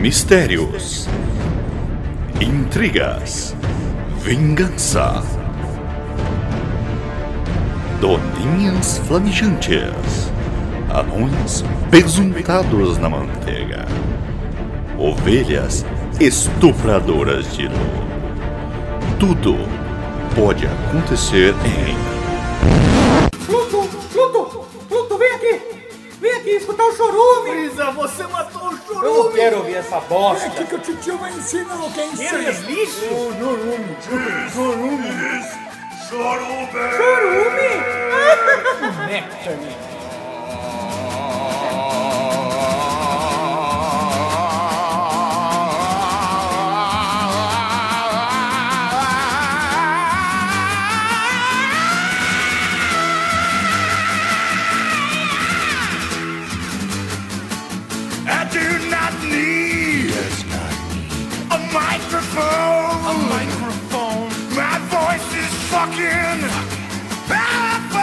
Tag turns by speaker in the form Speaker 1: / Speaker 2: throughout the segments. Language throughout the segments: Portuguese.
Speaker 1: Mistérios, intrigas, vingança, doninhas flamejantes, anões pesuntados na manteiga, ovelhas estupradoras de luz. Tudo pode acontecer em
Speaker 2: Pluto, Pluto, Pluto, vem aqui! Vem aqui escutar o chorume!
Speaker 3: Brisa, você matou o
Speaker 2: Eu não
Speaker 3: chorume!
Speaker 2: quero ouvir essa bosta!
Speaker 4: que o titio vai
Speaker 5: é
Speaker 4: ensinar alguém ser?
Speaker 3: lixo?
Speaker 4: é
Speaker 2: Chorume!
Speaker 6: I do not need a microphone. A microphone. My voice is fucking powerful.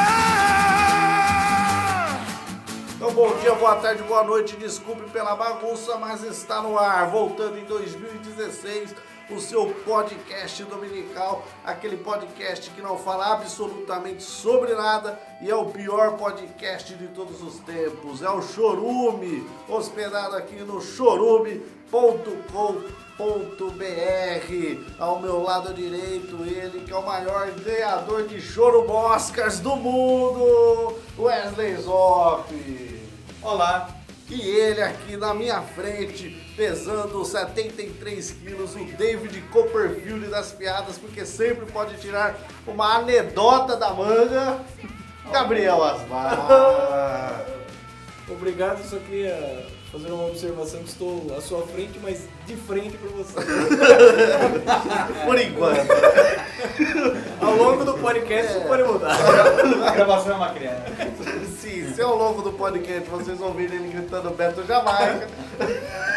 Speaker 3: Então, bom dia, boa tarde, boa noite. Desculpe pela bagunça, mas está no ar. Voltando em 2016, o seu podcast dominical, aquele podcast que não fala absolutamente sobre nada e é o pior podcast de todos os tempos. É o Chorume, hospedado aqui no chorume.com.br. Ao meu lado direito, ele que é o maior ganhador de choro Oscars do mundo, Wesley Zop. Olá! E ele aqui na minha frente, pesando 73 quilos, o David Copperfield das piadas, porque sempre pode tirar uma anedota da manga, Gabriel Asmar.
Speaker 4: Obrigado, só queria fazer uma observação que estou à sua frente, mas de frente para você.
Speaker 3: Por enquanto.
Speaker 4: Ao longo do podcast isso pode mudar.
Speaker 2: A gravação é uma criança.
Speaker 3: Sim, se ao longo do podcast vocês ouvirem ele gritando Beto Jamaica,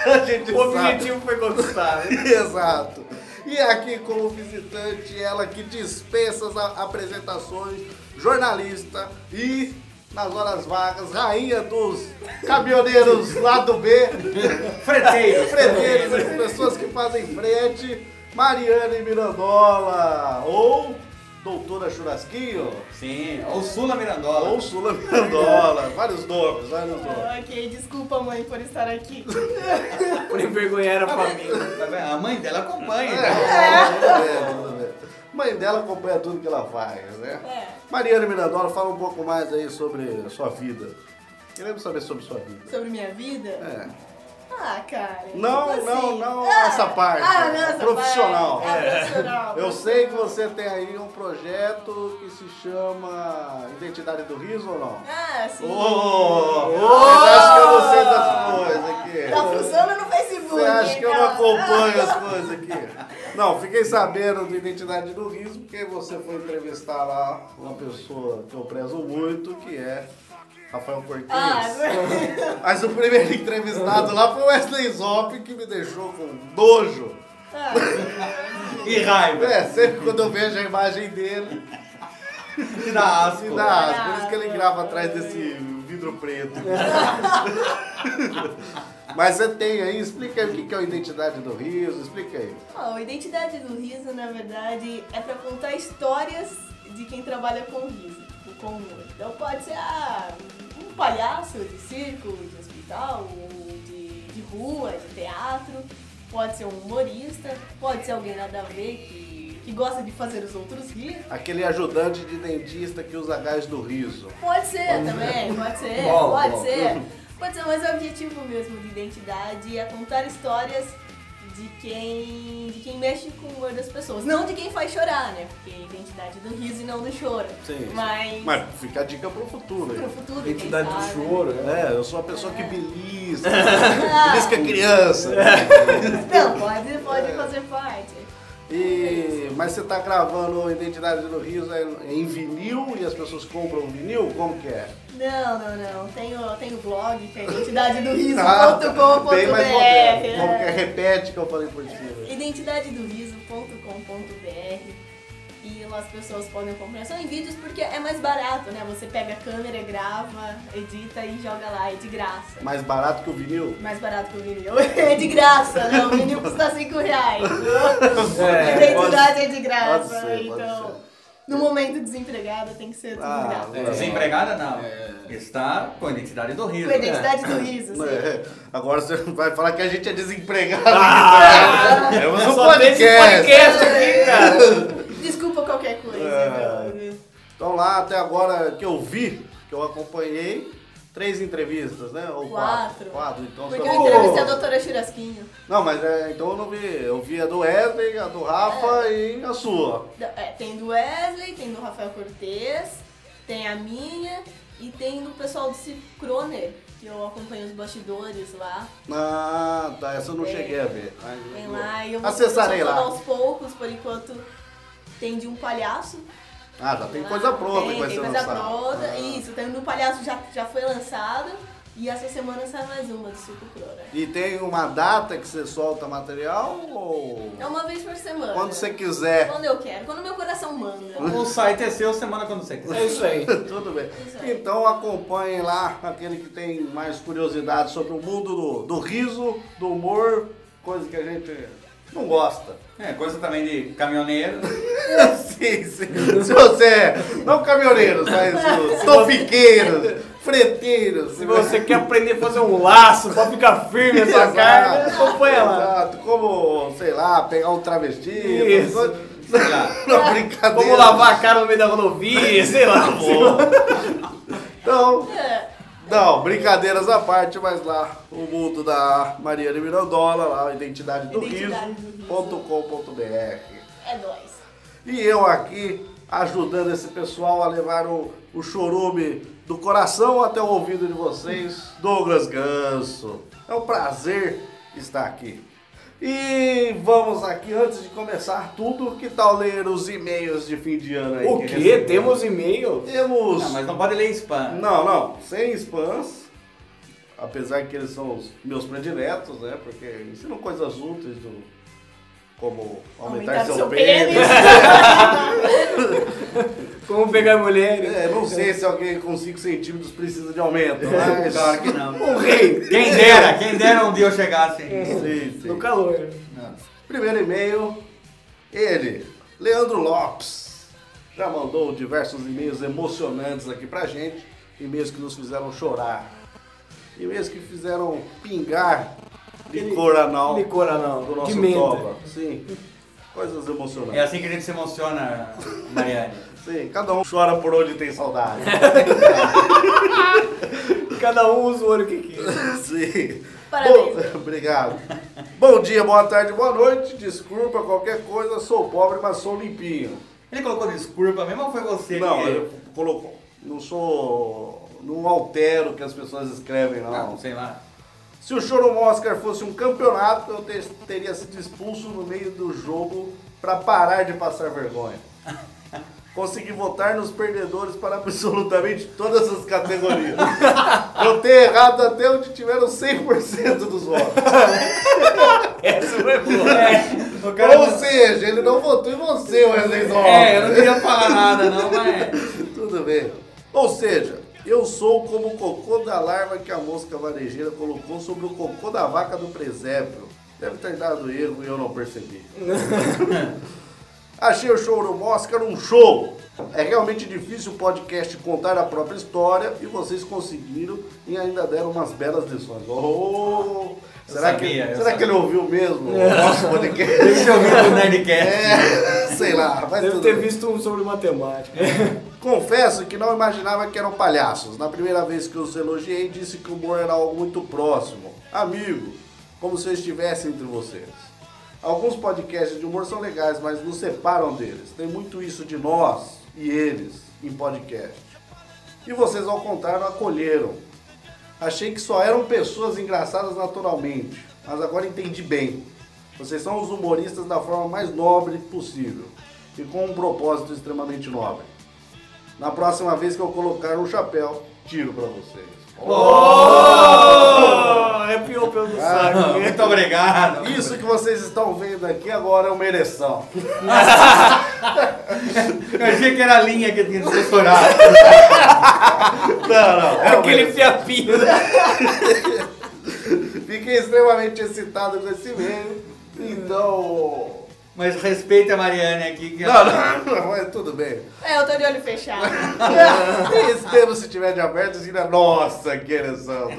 Speaker 3: a gente
Speaker 4: O
Speaker 3: sabe.
Speaker 4: objetivo foi conquistar. né?
Speaker 3: Exato. E aqui como visitante, ela que dispensa as a- apresentações, jornalista e, nas horas vagas, rainha dos caminhoneiros lá do B,
Speaker 2: Freteiro!
Speaker 3: freteiros, as pessoas que fazem frente, Mariana e Mirandola, ou Doutora Churrasquinho,
Speaker 2: Sim, ou Sula Mirandola.
Speaker 3: ou Sula Mirandola, vários nomes, vários nomes.
Speaker 7: Ok, desculpa mãe por estar aqui.
Speaker 4: Por envergonhar a família.
Speaker 2: Tá vendo? A mãe dela acompanha.
Speaker 3: É,
Speaker 2: né?
Speaker 3: é, tudo bem. Mãe dela acompanha tudo que ela faz, né?
Speaker 7: É,
Speaker 3: Mariana Mirandola, fala um pouco mais aí sobre a sua vida. Queremos saber sobre sua vida.
Speaker 7: sobre minha vida?
Speaker 3: É.
Speaker 7: Ah, cara.
Speaker 3: Não,
Speaker 7: tipo
Speaker 3: não,
Speaker 7: assim.
Speaker 3: não
Speaker 7: Ah,
Speaker 3: essa parte.
Speaker 7: Ah, não, essa
Speaker 3: Profissional. É.
Speaker 7: parte. Ah, profissional.
Speaker 3: Eu sei que você tem aí um projeto que se chama Identidade do Riso ou não?
Speaker 7: Ah, sim.
Speaker 3: Oh, Você acha que eu não sei das
Speaker 7: Tá
Speaker 3: coisas aqui?
Speaker 7: funcionando no Facebook. então.
Speaker 3: Você acha que eu não
Speaker 7: cara?
Speaker 3: acompanho as coisas aqui? Não, fiquei sabendo do Identidade do Riso porque você foi entrevistar lá uma pessoa que eu prezo muito, que é Rafael Cortez.
Speaker 7: Ah, agora-
Speaker 3: Mas o primeiro entrevistado lá foi o Wesley Zop, que me deixou com nojo.
Speaker 7: Ah,
Speaker 2: E raiva.
Speaker 3: É, sempre quando eu vejo a imagem dele,
Speaker 2: E dá asco.
Speaker 3: me dá asco. Por isso que ele grava atrás desse vidro preto. Mas você tem aí, explica aí o que que é a identidade do riso, explica aí.
Speaker 7: Bom, a identidade do riso, na verdade, é pra contar histórias de quem trabalha com riso, tipo, com humor. Então pode ser ah, um palhaço de circo, de hospital, ou de, de rua, de teatro, pode ser um humorista, pode ser alguém nada a ver que, que gosta de fazer os outros rir.
Speaker 3: Aquele ajudante de dentista que usa gás do riso.
Speaker 7: Pode ser também, pode ser,
Speaker 2: Bom,
Speaker 7: pode
Speaker 2: bom.
Speaker 7: ser. Pode ser, mas é o objetivo mesmo de identidade é contar histórias de quem. de quem mexe com o humor das pessoas. Não de quem faz chorar, né? Porque a identidade do riso e não do choro.
Speaker 3: Sim.
Speaker 7: Mas,
Speaker 3: Mas fica a dica pro futuro
Speaker 7: pro
Speaker 3: aí.
Speaker 7: futuro. quem
Speaker 4: Identidade do
Speaker 7: sabe?
Speaker 4: choro, né?
Speaker 3: É, eu sou uma pessoa que belisca,
Speaker 7: Ah.
Speaker 3: belisca é criança. né?
Speaker 7: Não, pode, pode fazer parte.
Speaker 3: E, mas você tá gravando Identidade do Riso em em vinil e as pessoas compram vinil? Como que é?
Speaker 7: Não, não, não. Tem o, tem o blog que é identidade do riso.com.br.
Speaker 3: Ah, bem mais moderno.
Speaker 7: né?
Speaker 3: Como que é? Repete que eu falei por cima.
Speaker 7: identidadedoriso.com.br e que as pessoas podem acompanhar. São em vídeos porque é mais barato, né? Você pega a câmera, grava, edita e joga lá, é de graça.
Speaker 3: Mais barato que o vinil?
Speaker 7: Mais barato que o vinil. É de graça, né? O vinil custa 5 reais. a
Speaker 4: É,
Speaker 7: identidade é de graça.
Speaker 3: pode ser, pode
Speaker 7: então,
Speaker 3: ser.
Speaker 7: no momento desempregada tem que ser tudo
Speaker 3: Ah,
Speaker 7: grátis.
Speaker 3: é.
Speaker 5: Desempregada não. Está com a identidade do riso.
Speaker 7: Com a identidade do riso, assim.
Speaker 3: É, Agora você vai falar que a gente é desempregado. Ah, é um podcast.
Speaker 7: Desculpa qualquer coisa.
Speaker 3: É.
Speaker 7: meu.
Speaker 3: Então lá, até agora que eu vi, que eu acompanhei, três entrevistas, né? Ou quatro.
Speaker 7: Quatro.
Speaker 3: Quatro, então
Speaker 7: Porque
Speaker 3: são-
Speaker 7: eu entrevistei a doutora Chirasquinho.
Speaker 3: Não, mas é, então eu não vi. Eu vi a do Wesley, a do Rafa
Speaker 7: É.
Speaker 3: e a sua.
Speaker 7: Da- é, tem do Wesley, tem do Rafael Cortez, tem a minha e tem do pessoal do Cicroner, que eu acompanho os bastidores lá.
Speaker 3: Ah, tá, essa eu não
Speaker 7: Tem.
Speaker 3: cheguei a ver.
Speaker 7: Tem lá e eu vou
Speaker 3: Acessarei
Speaker 7: soltando
Speaker 3: lá.
Speaker 7: aos poucos, por enquanto tem de um palhaço.
Speaker 3: Ah, já tem
Speaker 7: lá.
Speaker 3: coisa pronta que
Speaker 7: tem,
Speaker 3: vai
Speaker 7: tem
Speaker 3: ser
Speaker 7: coisa
Speaker 3: lançada.
Speaker 7: pronta.
Speaker 3: Ah.
Speaker 7: Isso, tem um do palhaço já, já foi lançado. E essa semana sai mais uma do Suco Crona.
Speaker 3: E tem uma data que você solta material ou.
Speaker 7: É uma vez por semana.
Speaker 3: Quando você Hum. quiser.
Speaker 7: Quando eu quero, quando meu coração manda.
Speaker 5: O site é seu, semana quando você quiser.
Speaker 4: É isso aí.
Speaker 3: Tudo bem.
Speaker 7: Isso aí.
Speaker 3: Então acompanhe lá aquele que tem mais curiosidade sobre o mundo do, do riso, do humor, coisa que a gente não gosta.
Speaker 5: É, coisa também de caminhoneiro.
Speaker 3: sim, sim. Se você é, não caminhoneiros, mas os topiqueiros, freteiros. é
Speaker 4: Se você quer aprender a fazer um laço pra ficar firme a é sua né? carne, acompanha lá.
Speaker 3: Exato. Como, sei lá, pegar um travesti.
Speaker 4: Isso.
Speaker 3: essas coisas. Não, brincadeira.
Speaker 4: Como lavar a cara no meio da rodovia, sei lá.
Speaker 3: Então,
Speaker 7: É.
Speaker 3: Não, brincadeiras à parte, mas lá o mundo da Mariana Mirandola, lá, identidade do
Speaker 7: Identidade do Riso.
Speaker 3: riso.com.br.
Speaker 7: É nóis.
Speaker 3: E eu aqui ajudando esse pessoal a levar o, o chorume do coração até o ouvido de vocês, Douglas Ganso. É um prazer estar aqui. E vamos aqui, antes de começar tudo, que tal ler os e-mails de fim de ano aí?
Speaker 4: O
Speaker 3: que
Speaker 4: quê?
Speaker 3: recebemos?
Speaker 4: Temos Ah, e-mail?
Speaker 3: Temos.
Speaker 5: Não, mas não pode ler spam.
Speaker 3: Não, não, sem spams. Apesar que eles são os meus prediletos, né? Porque ensinam coisas úteis do, como aumentar, seu, pênis.
Speaker 4: Como pegar mulheres?
Speaker 3: É, não sei se alguém com 5 centímetros precisa de aumento, né? mas.
Speaker 5: Claro que não.
Speaker 3: Um rei!
Speaker 5: Quem dera, quem dera um dia eu chegasse.
Speaker 3: Sim, sim.
Speaker 4: No calor.
Speaker 3: Primeiro e-mail, ele, Leandro Lopes, já mandou diversos e-mails emocionantes aqui pra gente, e-mails que nos fizeram chorar, e-mails que fizeram pingar licor anal
Speaker 4: Licor anal.
Speaker 3: do
Speaker 4: De
Speaker 3: nosso
Speaker 4: menta.
Speaker 3: toba. Sim, coisas
Speaker 5: É
Speaker 3: emocionantes.
Speaker 5: assim que a gente se emociona, Mariane.
Speaker 3: Sim, cada um chora por onde tem saudade.
Speaker 4: Cada um usa o olho que quer.
Speaker 3: Sim.
Speaker 7: Parabéns.
Speaker 3: Bom- obrigado. Bom dia, boa tarde, boa noite, desculpa qualquer coisa, sou pobre, mas sou limpinho.
Speaker 5: Ele colocou desculpa mesmo ou foi você
Speaker 3: Não,
Speaker 5: que...
Speaker 3: eu colocou. Não sou. Não altero o que as pessoas escrevem, não.
Speaker 5: Não, sei lá.
Speaker 3: Se o Choro Oscar fosse um campeonato, eu te- teria sido expulso no meio do jogo pra parar de passar vergonha. Consegui votar nos perdedores para absolutamente todas as categorias. Eu tenho errado até onde tiveram 100% dos votos.
Speaker 4: Essa foi boa.
Speaker 5: É, o cara...
Speaker 3: Ou seja, ele não votou em você, Wesley Zop.
Speaker 5: É, eu não queria falar nada não, mas...
Speaker 3: Tudo bem. Ou seja, eu sou como o cocô da larva que a mosca varejeira colocou sobre o cocô da vaca do presépio. Deve ter dado erro e eu não percebi. Achei o show do Mosca um show. É realmente difícil o podcast contar a própria história e vocês conseguiram e ainda deram umas belas lições. Oh,
Speaker 5: Eu
Speaker 3: será
Speaker 5: sabia, eu
Speaker 3: que, será
Speaker 5: sabia.
Speaker 3: que ele ouviu mesmo o nosso podcast?
Speaker 5: Deixa eu ouvir o Nerdcast.
Speaker 3: É, sei lá, mas
Speaker 4: Deve
Speaker 3: tudo
Speaker 4: ter
Speaker 3: bem.
Speaker 4: visto um sobre matemática.
Speaker 5: É.
Speaker 3: Confesso que não imaginava que eram palhaços. Na primeira vez que os elogiei, disse que o humor era algo muito próximo. Amigo, como se eu estivesse entre vocês. Alguns podcasts de humor são legais, mas nos separam deles. Tem muito isso de nós e eles em podcast. E vocês, ao contrário, acolheram. Achei que só eram pessoas engraçadas naturalmente, mas agora entendi bem. Vocês são os humoristas da forma mais nobre possível e com um propósito extremamente nobre. Na próxima vez que eu colocar um chapéu, tiro pra vocês.
Speaker 4: Oh! Arrepiou pelo
Speaker 5: Ah,
Speaker 4: saco.
Speaker 5: Muito obrigado.
Speaker 3: Isso que vocês estão vendo aqui agora é uma ereção.
Speaker 5: Eu achei que era a linha que tinha assessorado.
Speaker 3: Não, não. É uma
Speaker 4: Aquele fiapinho.
Speaker 3: Fiquei extremamente excitado com esse meio. Então.
Speaker 5: Mas respeita a Mariane aqui. Que
Speaker 3: Não, não, mas tudo bem.
Speaker 7: É, eu tô de olho fechado.
Speaker 3: Esse tempo, se tiver de aberto, assim, né? nossa, que ereção.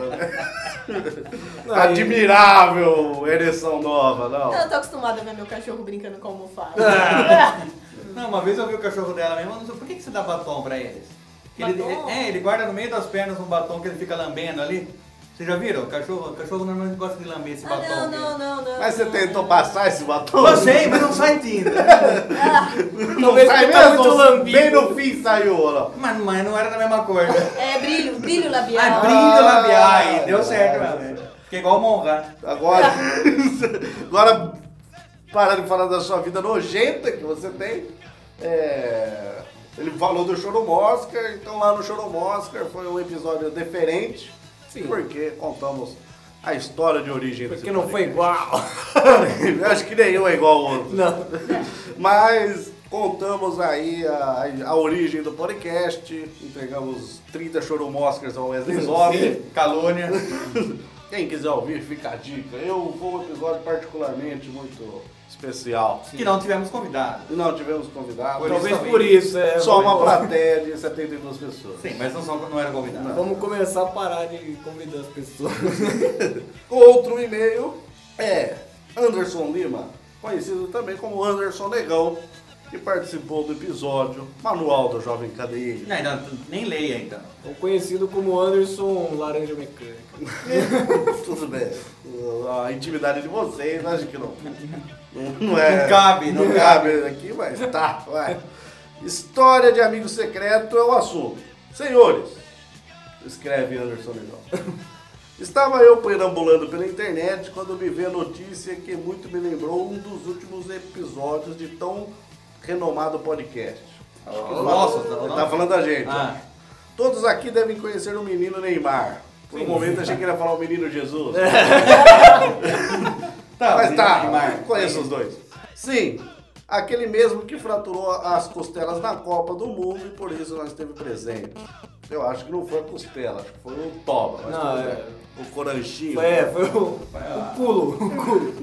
Speaker 3: Tá? Admirável ereção nova, não.
Speaker 7: Eu tô acostumada a ver meu cachorro brincando com a almofada.
Speaker 5: Ah, Não, uma vez eu vi o cachorro dela mesmo, eu não sei por que, que você dá batom pra eles? Que Ele,
Speaker 7: Batom?
Speaker 5: é, ele guarda no meio das pernas um batom que ele fica lambendo ali. Vocês já viram? O cachorro, o cachorro normalmente gosta de lamber esse
Speaker 7: Ah,
Speaker 5: batom.
Speaker 7: não,
Speaker 5: aqui.
Speaker 7: não, não, não.
Speaker 3: Mas você
Speaker 7: não.
Speaker 3: tentou passar esse batom?
Speaker 5: Eu sei, mas não sai tinta.
Speaker 3: não
Speaker 4: Talvez
Speaker 3: sai
Speaker 4: porque tá
Speaker 3: mesmo?
Speaker 4: muito lambido.
Speaker 3: Bem no fim saiu, olha.
Speaker 5: mas, mas não era da mesma cor. Né?
Speaker 7: É brilho, brilho
Speaker 5: Ah,
Speaker 7: labial.
Speaker 5: brilho labial. Ai, deu
Speaker 3: Ah,
Speaker 5: certo,
Speaker 3: ah,
Speaker 5: mano. Fiquei igual o Monra.
Speaker 3: Agora. agora, para de falar da sua vida nojenta que você tem. É, ele falou do Choromoscar, então lá no Choromoscar foi um episódio diferente.
Speaker 4: Sim.
Speaker 3: Porque contamos a história de origem
Speaker 4: Porque não foi igual.
Speaker 3: igual. acho que nenhum é igual ao outro.
Speaker 4: Não.
Speaker 3: Mas contamos aí a, a origem do podcast, entregamos 30 Choromoscars ao Wesley Zop.
Speaker 5: Calúnia.
Speaker 3: Quem quiser ouvir, fica a dica. Eu vou um episódio particularmente muito especial.
Speaker 5: que não tivemos convidado.
Speaker 3: E não tivemos convidado.
Speaker 5: Por
Speaker 4: Talvez
Speaker 3: Talvez
Speaker 5: também.
Speaker 4: por isso. É,
Speaker 3: só uma
Speaker 4: vamos-
Speaker 3: plateia de 72 pessoas.
Speaker 5: Sim, mas não, só, não era convidado.
Speaker 4: Vamos começar a parar de convidar as pessoas.
Speaker 3: Outro e-mail é Anderson Lima, conhecido também como Anderson Negão, que participou do episódio Manual do Jovem Cadeia.
Speaker 5: Não, ainda- nem leia então.
Speaker 4: O conhecido como Anderson Laranja Mecânica.
Speaker 3: Tudo bem. A intimidade de vocês, acho que não. Não,
Speaker 5: Não cabe, não
Speaker 3: cabe aqui, mas tá, vai. História de amigo secreto é o assunto. Senhores, escreve Anderson Legal. Estava eu perambulando pela internet quando me veio a notícia que muito me lembrou um dos últimos episódios de tão renomado podcast.
Speaker 5: Nossa, tá
Speaker 3: Ele
Speaker 5: falando?
Speaker 3: tá falando da gente.
Speaker 5: Ah.
Speaker 3: Todos aqui devem conhecer o menino Neymar. Por um momento achei que ele ia falar o menino Jesus.
Speaker 5: Tá,
Speaker 3: Mas tá,
Speaker 5: Neymar.
Speaker 3: conheço os dois. Sim, aquele mesmo que fraturou as costelas na Copa do Mundo e por isso não esteve presente. Eu acho que não foi a costela, acho que foi o toba. mas
Speaker 4: Não,
Speaker 3: tudo
Speaker 4: é.
Speaker 3: bem. O coranchinho.
Speaker 4: É, foi o, o pulo. O pulo.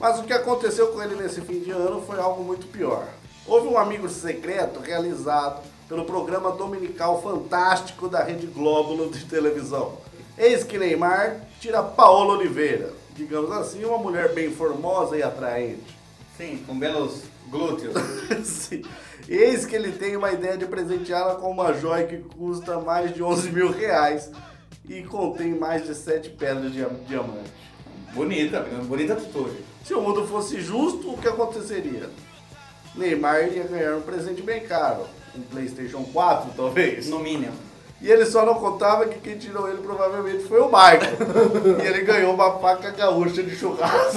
Speaker 3: Mas o que aconteceu com ele nesse fim de ano foi algo muito pior. Houve um amigo secreto realizado pelo programa dominical fantástico da Rede Glóbulo de televisão. Eis que Neymar tira Paola Oliveira, digamos assim, uma mulher bem formosa e atraente.
Speaker 5: Sim, com belos glúteos.
Speaker 3: Sim. Eis que ele tem uma ideia de presenteá-la com uma joia que custa mais de 11 mil reais e contém mais de 7 pedras de diamante.
Speaker 5: Bonita, bonita atitude.
Speaker 3: Se o mundo fosse justo, o que aconteceria? Neymar ia ganhar um presente bem caro, um PlayStation 4 talvez.
Speaker 5: No mínimo.
Speaker 3: E ele só não contava que quem tirou ele provavelmente foi o Michael. e ele ganhou uma faca gaúcha de churrasco.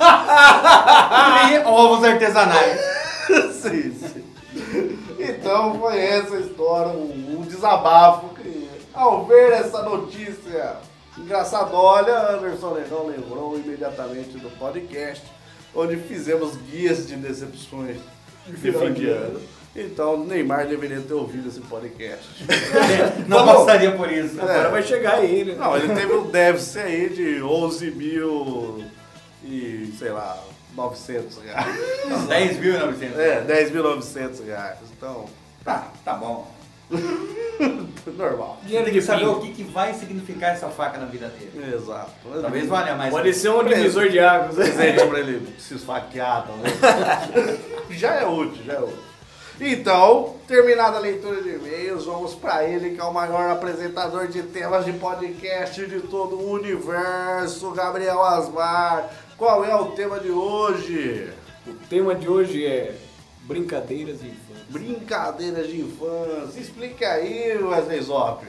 Speaker 3: Ah!
Speaker 5: E ovos artesanais.
Speaker 3: sim, sim. Então foi essa a história, um, um desabafo que ao ver essa notícia engraçadolha, Anderson Negão lembrou imediatamente do podcast, onde fizemos guias de decepções de fim de ano. Então Neymar deveria ter ouvido esse podcast. Tá
Speaker 5: Não
Speaker 4: Vamos.
Speaker 5: passaria por isso.
Speaker 3: É.
Speaker 4: Agora vai chegar ele, né?
Speaker 3: Não, ele teve um déficit aí de 11 mil e sei lá, 900 reais.
Speaker 5: 10.900.
Speaker 3: É, 10.900 reais. Então,
Speaker 5: Tá, tá bom.
Speaker 3: normal.
Speaker 5: Tem
Speaker 4: Dinheiro
Speaker 5: que
Speaker 4: de
Speaker 5: saber
Speaker 4: pingo.
Speaker 5: o que, que vai significar essa faca na vida dele.
Speaker 3: Exato.
Speaker 5: Talvez valha mais.
Speaker 4: Pode ser um divisor de águas.
Speaker 3: presente pra ele se esfaquear, talvez. já é útil, já é útil. Então, terminada a leitura de e-mails, vamos pra ele que é o maior apresentador de temas de podcast de todo o universo, Gabriel Asmar. Qual é o tema de hoje?
Speaker 4: O tema de hoje é brincadeiras e infância.
Speaker 3: Brincadeiras de infância. Explica aí, Wesley Zop.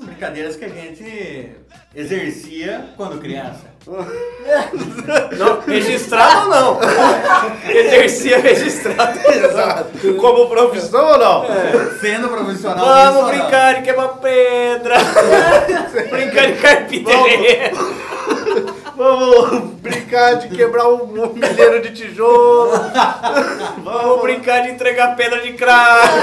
Speaker 5: Brincadeiras que a gente exercia quando criança.
Speaker 4: Não, registrado ou não? Exercia registrado. É.
Speaker 3: Exato. Como profissão ou não?
Speaker 5: Sendo profissional.
Speaker 4: Vamos
Speaker 5: nisso,
Speaker 4: brincar de queima-pedra. brincar de carpinteiro.
Speaker 3: Vamos brincar de quebrar um um milheiro de tijolo.
Speaker 4: Vamos brincar de entregar pedra de crack.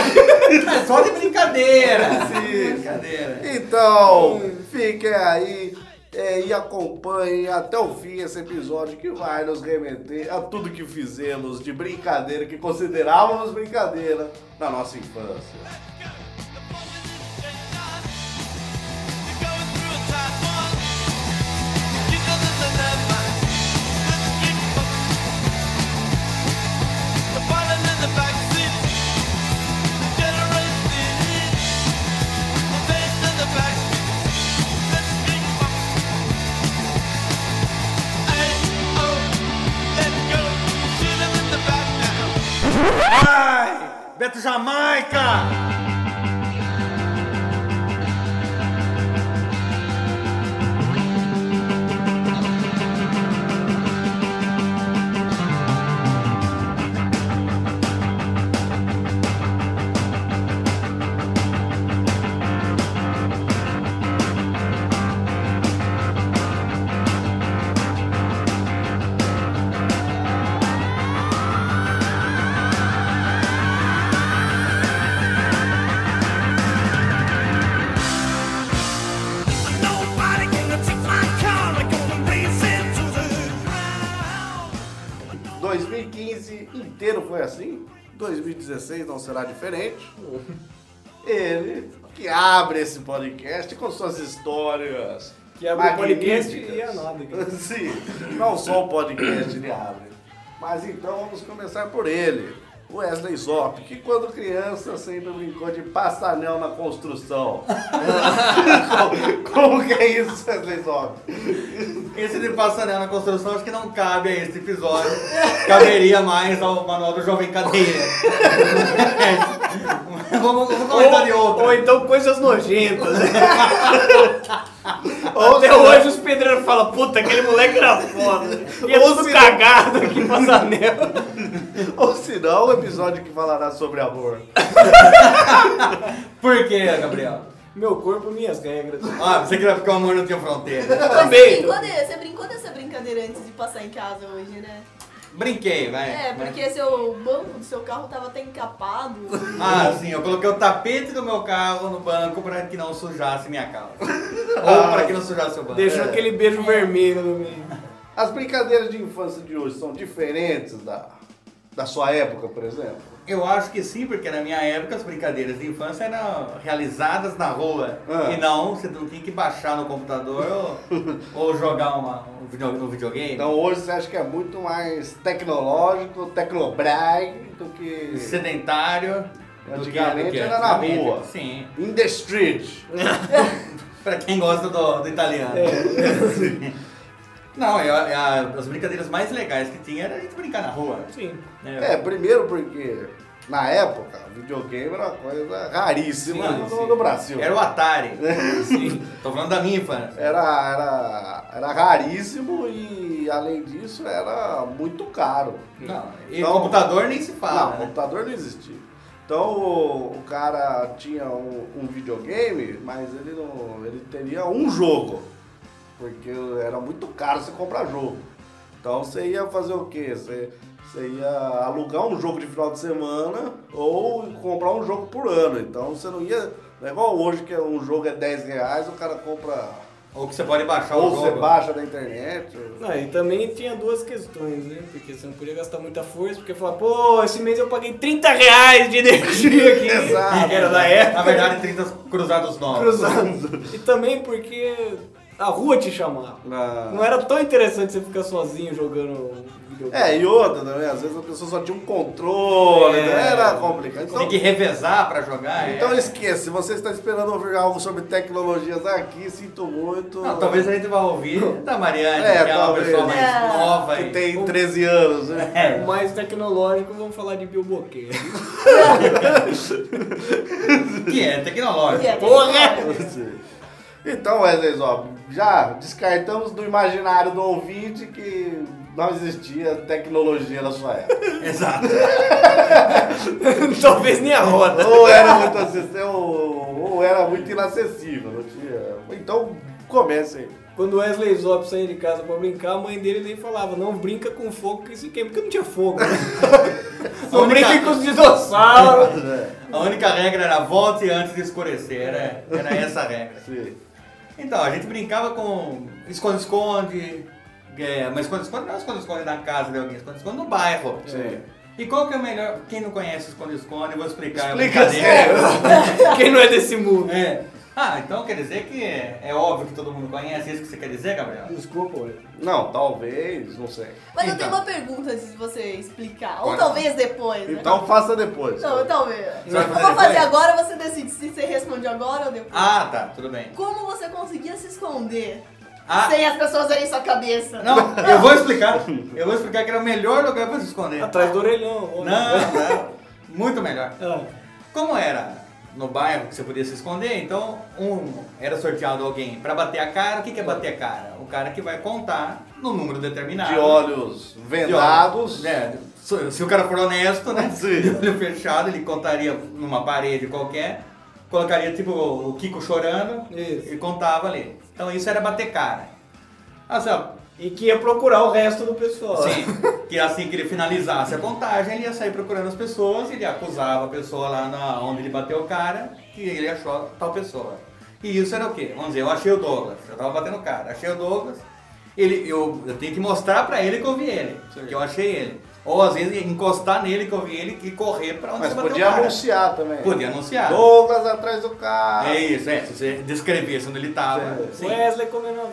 Speaker 5: não. É só de brincadeira. Sim. Brincadeira.
Speaker 3: Então, fiquem aí é, e acompanhem até o fim esse episódio que vai nos remeter a tudo que fizemos de brincadeira, que considerávamos brincadeira na nossa infância.
Speaker 5: Beto Jamaica!
Speaker 6: Nobody gonna take my car. I'm gonna race it to the ground.
Speaker 3: 2015 inteiro foi assim, 2016 não será diferente. Ele que abre esse podcast com suas histórias.
Speaker 4: Que abre o podcast
Speaker 3: magníficas.
Speaker 4: e é a nada, cara.
Speaker 3: Sim, não só o podcast ele abre. Mas então vamos começar por ele, Wesley Zop, que quando criança sempre brincou de passanel na construção. como, como que é isso, Wesley Zop?
Speaker 5: Esse de passarela na construção acho que não cabe a esse episódio. Caberia mais ao manual do Jovem Cadeira. Mas vamos, vamos comentar de
Speaker 4: Ou,
Speaker 5: outro.
Speaker 4: ou então coisas nojentas. né?
Speaker 3: Ou
Speaker 4: Até
Speaker 3: será-
Speaker 4: hoje os pedreiros falam, puta, aquele moleque era foda. E é
Speaker 3: Ou
Speaker 4: tudo
Speaker 3: se-
Speaker 4: cagado aqui em Passanel.
Speaker 3: Ou se não, o episódio que falará sobre amor.
Speaker 5: Por quê, Gabriel?
Speaker 4: Meu corpo, minhas regras.
Speaker 5: Ah, você que vai ficar o amor não tinha fronteira.
Speaker 7: Mas Você
Speaker 4: Também.
Speaker 7: brincou, de- você brincou dessa brincadeira antes de passar em casa hoje, né?
Speaker 5: Brinquei, vai.
Speaker 7: É, porque seu banco do seu carro tava até encapado.
Speaker 5: Ah, sim, eu coloquei o tapete do meu carro no banco pra que não sujasse minha calça.
Speaker 3: Ah.
Speaker 5: Ou pra que não sujasse o banco. É.
Speaker 4: Deixou aquele beijo vermelho no meio.
Speaker 3: As brincadeiras de infância de hoje são diferentes da, da sua época, por exemplo?
Speaker 5: Eu acho que sim, porque na minha época as brincadeiras de infância eram realizadas na rua.
Speaker 3: Ah.
Speaker 5: E não, você não tinha que baixar no computador ou, ou jogar uma, um, video, um videogame.
Speaker 3: Então hoje você acha que é muito mais tecnológico, tecnobrag do que
Speaker 5: Sedentário. do que-
Speaker 3: Antigamente
Speaker 5: do que é
Speaker 3: era na
Speaker 5: antigamente.
Speaker 3: rua.
Speaker 5: Sim.
Speaker 3: in the street.
Speaker 5: Pra quem gosta do, do italiano.
Speaker 3: É.
Speaker 5: Sim. Não, eu- eu- as brincadeiras mais legais que tinha era a gente brincar na rua.
Speaker 4: Sim.
Speaker 3: É, primeiro porque na época videogame era uma coisa raríssima
Speaker 5: Sim,
Speaker 3: no,
Speaker 5: sim.
Speaker 3: no Brasil. É.
Speaker 5: Era o Atari. Sim. Tô falando da minha infância.
Speaker 3: Era, era, era raríssimo e além disso era muito caro.
Speaker 5: Não, e
Speaker 3: Então-
Speaker 5: computador nem se fala.
Speaker 3: não,
Speaker 5: né?
Speaker 3: computador não existia. Então o, o cara tinha um, um videogame, mas ele não. ele teria um jogo. Porque era muito caro você comprar jogo. Então você ia fazer o quê? Você, você ia alugar um jogo de final de semana ou comprar um jogo por ano. Então você não ia. Não é igual hoje que um jogo é 10 reais, o cara compra.
Speaker 5: Ou que você pode baixar o
Speaker 3: Ou
Speaker 5: jogo.
Speaker 3: você baixa na internet.
Speaker 4: Não, Ah, e também tinha duas questões, né? Porque você não podia gastar muita força, porque falar, pô, esse mês eu paguei 30 reais de energia aqui.
Speaker 3: Exato.
Speaker 4: Que era da
Speaker 3: É.
Speaker 5: Na
Speaker 4: época.
Speaker 5: verdade, 30 cruzados novos.
Speaker 4: Cruzando. E também porque a rua te chamava.
Speaker 3: Na-
Speaker 4: Não era tão interessante você ficar sozinho jogando videogame.
Speaker 3: É, e outra também, às vezes a pessoa só tinha um controle,
Speaker 4: É.
Speaker 3: então era complicado. Então,
Speaker 5: Tem que revezar pra jogar.
Speaker 3: Então
Speaker 5: é.
Speaker 3: esqueça, se você está esperando ouvir algo sobre tecnologias aqui, sinto muito.
Speaker 5: Não, talvez a gente vá ouvir da Mariane,
Speaker 3: É,
Speaker 5: que é uma
Speaker 3: talvez.
Speaker 5: pessoa mais
Speaker 7: É.
Speaker 5: nova.
Speaker 3: Que
Speaker 5: e-
Speaker 3: tem 13 anos, né?
Speaker 5: É.
Speaker 4: Mais tecnológico, vamos falar de bilboqueiro.
Speaker 5: Que é tecnológico.
Speaker 7: E é
Speaker 4: Porra!
Speaker 7: bem-
Speaker 3: Então, Wesley Zop, já descartamos do imaginário do ouvinte que não existia tecnologia na sua época.
Speaker 5: Exato.
Speaker 4: Talvez nem a roda.
Speaker 3: ou, era muito acessível, ou, ou era muito inacessível, não tinha. Então, comece aí.
Speaker 4: Quando o Wesley Zop saía de casa pra brincar, a mãe dele nem falava, não brinca com fogo que isso queima, porque não tinha fogo. não brinca com os dinossauros.
Speaker 5: A única regra era volte antes de escurecer, era, era essa a regra.
Speaker 3: Sim.
Speaker 5: Então, a gente brincava com esconde-esconde, é, mas esconde-esconde não é esconde-esconde na casa de alguém, esconde-esconde no bairro.
Speaker 3: Sim.
Speaker 5: E qual que é o melhor? Quem não conhece esconde-esconde, eu vou explicar. é
Speaker 3: Explica
Speaker 5: brincadeira.
Speaker 4: Quem não é desse mundo?
Speaker 5: É. Ah, então quer dizer que é, é óbvio que todo mundo conhece, é isso que você quer dizer, Gabriel?
Speaker 4: Desculpa, Wesley.
Speaker 3: Não, talvez, não sei.
Speaker 7: Mas eu
Speaker 5: Então.
Speaker 7: tenho uma pergunta antes de você explicar. Ou
Speaker 5: Pode.
Speaker 7: talvez depois, né?
Speaker 3: Então faça depois.
Speaker 7: Não, talvez.
Speaker 5: vai
Speaker 7: Eu
Speaker 5: fazer
Speaker 7: vou fazer
Speaker 5: depois?
Speaker 7: agora, você decide se você responde agora ou depois.
Speaker 5: Ah, tá, tudo bem.
Speaker 7: Como você conseguia se esconder
Speaker 5: Ah,
Speaker 7: sem as pessoas verem sua cabeça?
Speaker 5: não, eu vou explicar. Eu vou explicar que era o melhor lugar pra se esconder.
Speaker 4: Atrás do orelhão.
Speaker 5: Não,
Speaker 4: ó.
Speaker 5: não. Muito melhor.
Speaker 4: Ah,
Speaker 5: Como era no bairro que você podia se esconder, então um era sorteado alguém pra bater a cara. O que que é bater a cara? O cara que vai contar no número determinado.
Speaker 3: De olhos
Speaker 5: De
Speaker 3: vendados.
Speaker 5: É, se se o cara for honesto, né?
Speaker 3: Sim.
Speaker 5: De olho fechado, ele contaria numa parede qualquer, colocaria tipo o Kiko chorando
Speaker 4: Isso.
Speaker 5: e contava ali. Então isso era bater cara. Assim, ó,
Speaker 4: E que ia procurar o resto do pessoal.
Speaker 5: Sim, que assim que ele finalizasse a contagem, ele ia sair procurando as pessoas, ele acusava a pessoa lá na, onde ele bateu o cara, que ele achou tal pessoa. E isso era o quê? Vamos dizer, eu achei o Douglas, eu tava batendo o cara, achei o Douglas, ele, eu, eu tenho que mostrar pra ele que eu vi ele, que eu achei ele. Ou às vezes encostar nele que eu vi ele e correr pra onde
Speaker 3: Ah, Mas
Speaker 5: você bateu
Speaker 3: podia
Speaker 5: o cara.
Speaker 3: anunciar também.
Speaker 5: Podia anunciar.
Speaker 3: Douglas atrás do carro.
Speaker 5: É isso, é, se você descrevesse onde ele tava. sim.
Speaker 4: Wesley comendo a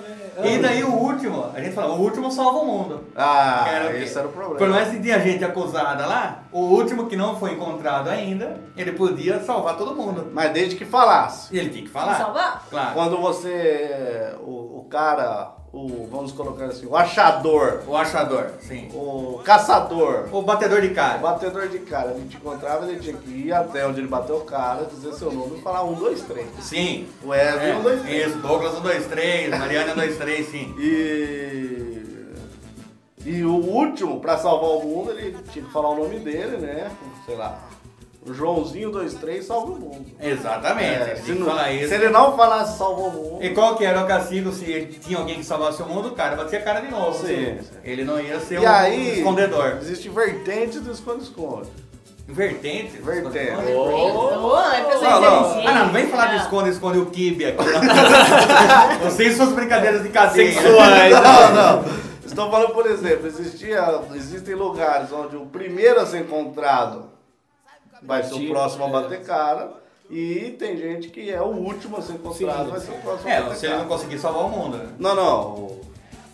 Speaker 4: velha.
Speaker 5: E daí o último, a gente falava, o último salva o mundo.
Speaker 3: Ah,
Speaker 5: Era o quê?
Speaker 3: esse era o
Speaker 5: Por
Speaker 3: problema.
Speaker 5: mais que tenha gente acusada lá, o último que não foi encontrado ainda, ele podia salvar todo mundo.
Speaker 3: Mas desde que falasse.
Speaker 5: E ele tinha que
Speaker 7: Me
Speaker 5: falar.
Speaker 7: Salvar?
Speaker 5: Claro.
Speaker 3: Quando você. O, o cara. O, vamos colocar assim. O achador.
Speaker 5: O achador, sim.
Speaker 3: O caçador.
Speaker 5: O batedor de
Speaker 3: O
Speaker 5: cara.
Speaker 3: batedor de cara. Ele te encontrava, ele tinha que ir até onde ele bateu o cara, dizer seu nome e falar um, dois, três.
Speaker 5: Sim.
Speaker 3: O Wesley, um, dois,
Speaker 5: É,
Speaker 3: três.
Speaker 5: isso, Douglas 123, Mariana 123, sim.
Speaker 3: E. E o último, pra salvar o mundo, ele tinha que falar o nome dele, né? Sei lá. Joãozinho 23 salva o mundo.
Speaker 5: Exatamente.
Speaker 3: É,
Speaker 5: ele
Speaker 3: se,
Speaker 5: tinha que
Speaker 3: não-
Speaker 5: falar isso.
Speaker 3: se ele não falasse salvou o mundo.
Speaker 5: E qual que era o castigo se tinha alguém que salvasse o mundo, o cara batia a cara de novo.
Speaker 3: Sim.
Speaker 5: assim. Ele não ia ser
Speaker 3: E
Speaker 5: um
Speaker 3: aí,
Speaker 5: escondedor.
Speaker 3: existe vertentes do esconde-esconde.
Speaker 5: Vertente?
Speaker 3: Vertente.
Speaker 5: escondedor.
Speaker 7: Oh, é pessoa
Speaker 5: Não, não.
Speaker 7: inteligente.
Speaker 5: Ah, não, não vem falar de
Speaker 7: Ah.
Speaker 5: esconde, esconde o kibe aqui. Vocês e suas brincadeiras de cadeia.
Speaker 4: Sexuais.
Speaker 3: Não, não. Estou falando, por exemplo, existia, existem lugares onde o primeiro a ser encontrado vai ser o próximo a bater cara. E tem gente que é o último a ser encontrado,
Speaker 4: Sim.
Speaker 3: vai ser o próximo a
Speaker 5: É,
Speaker 3: bater
Speaker 5: se ele
Speaker 3: cara.
Speaker 5: não conseguir salvar o mundo. né?
Speaker 3: Não, não. O,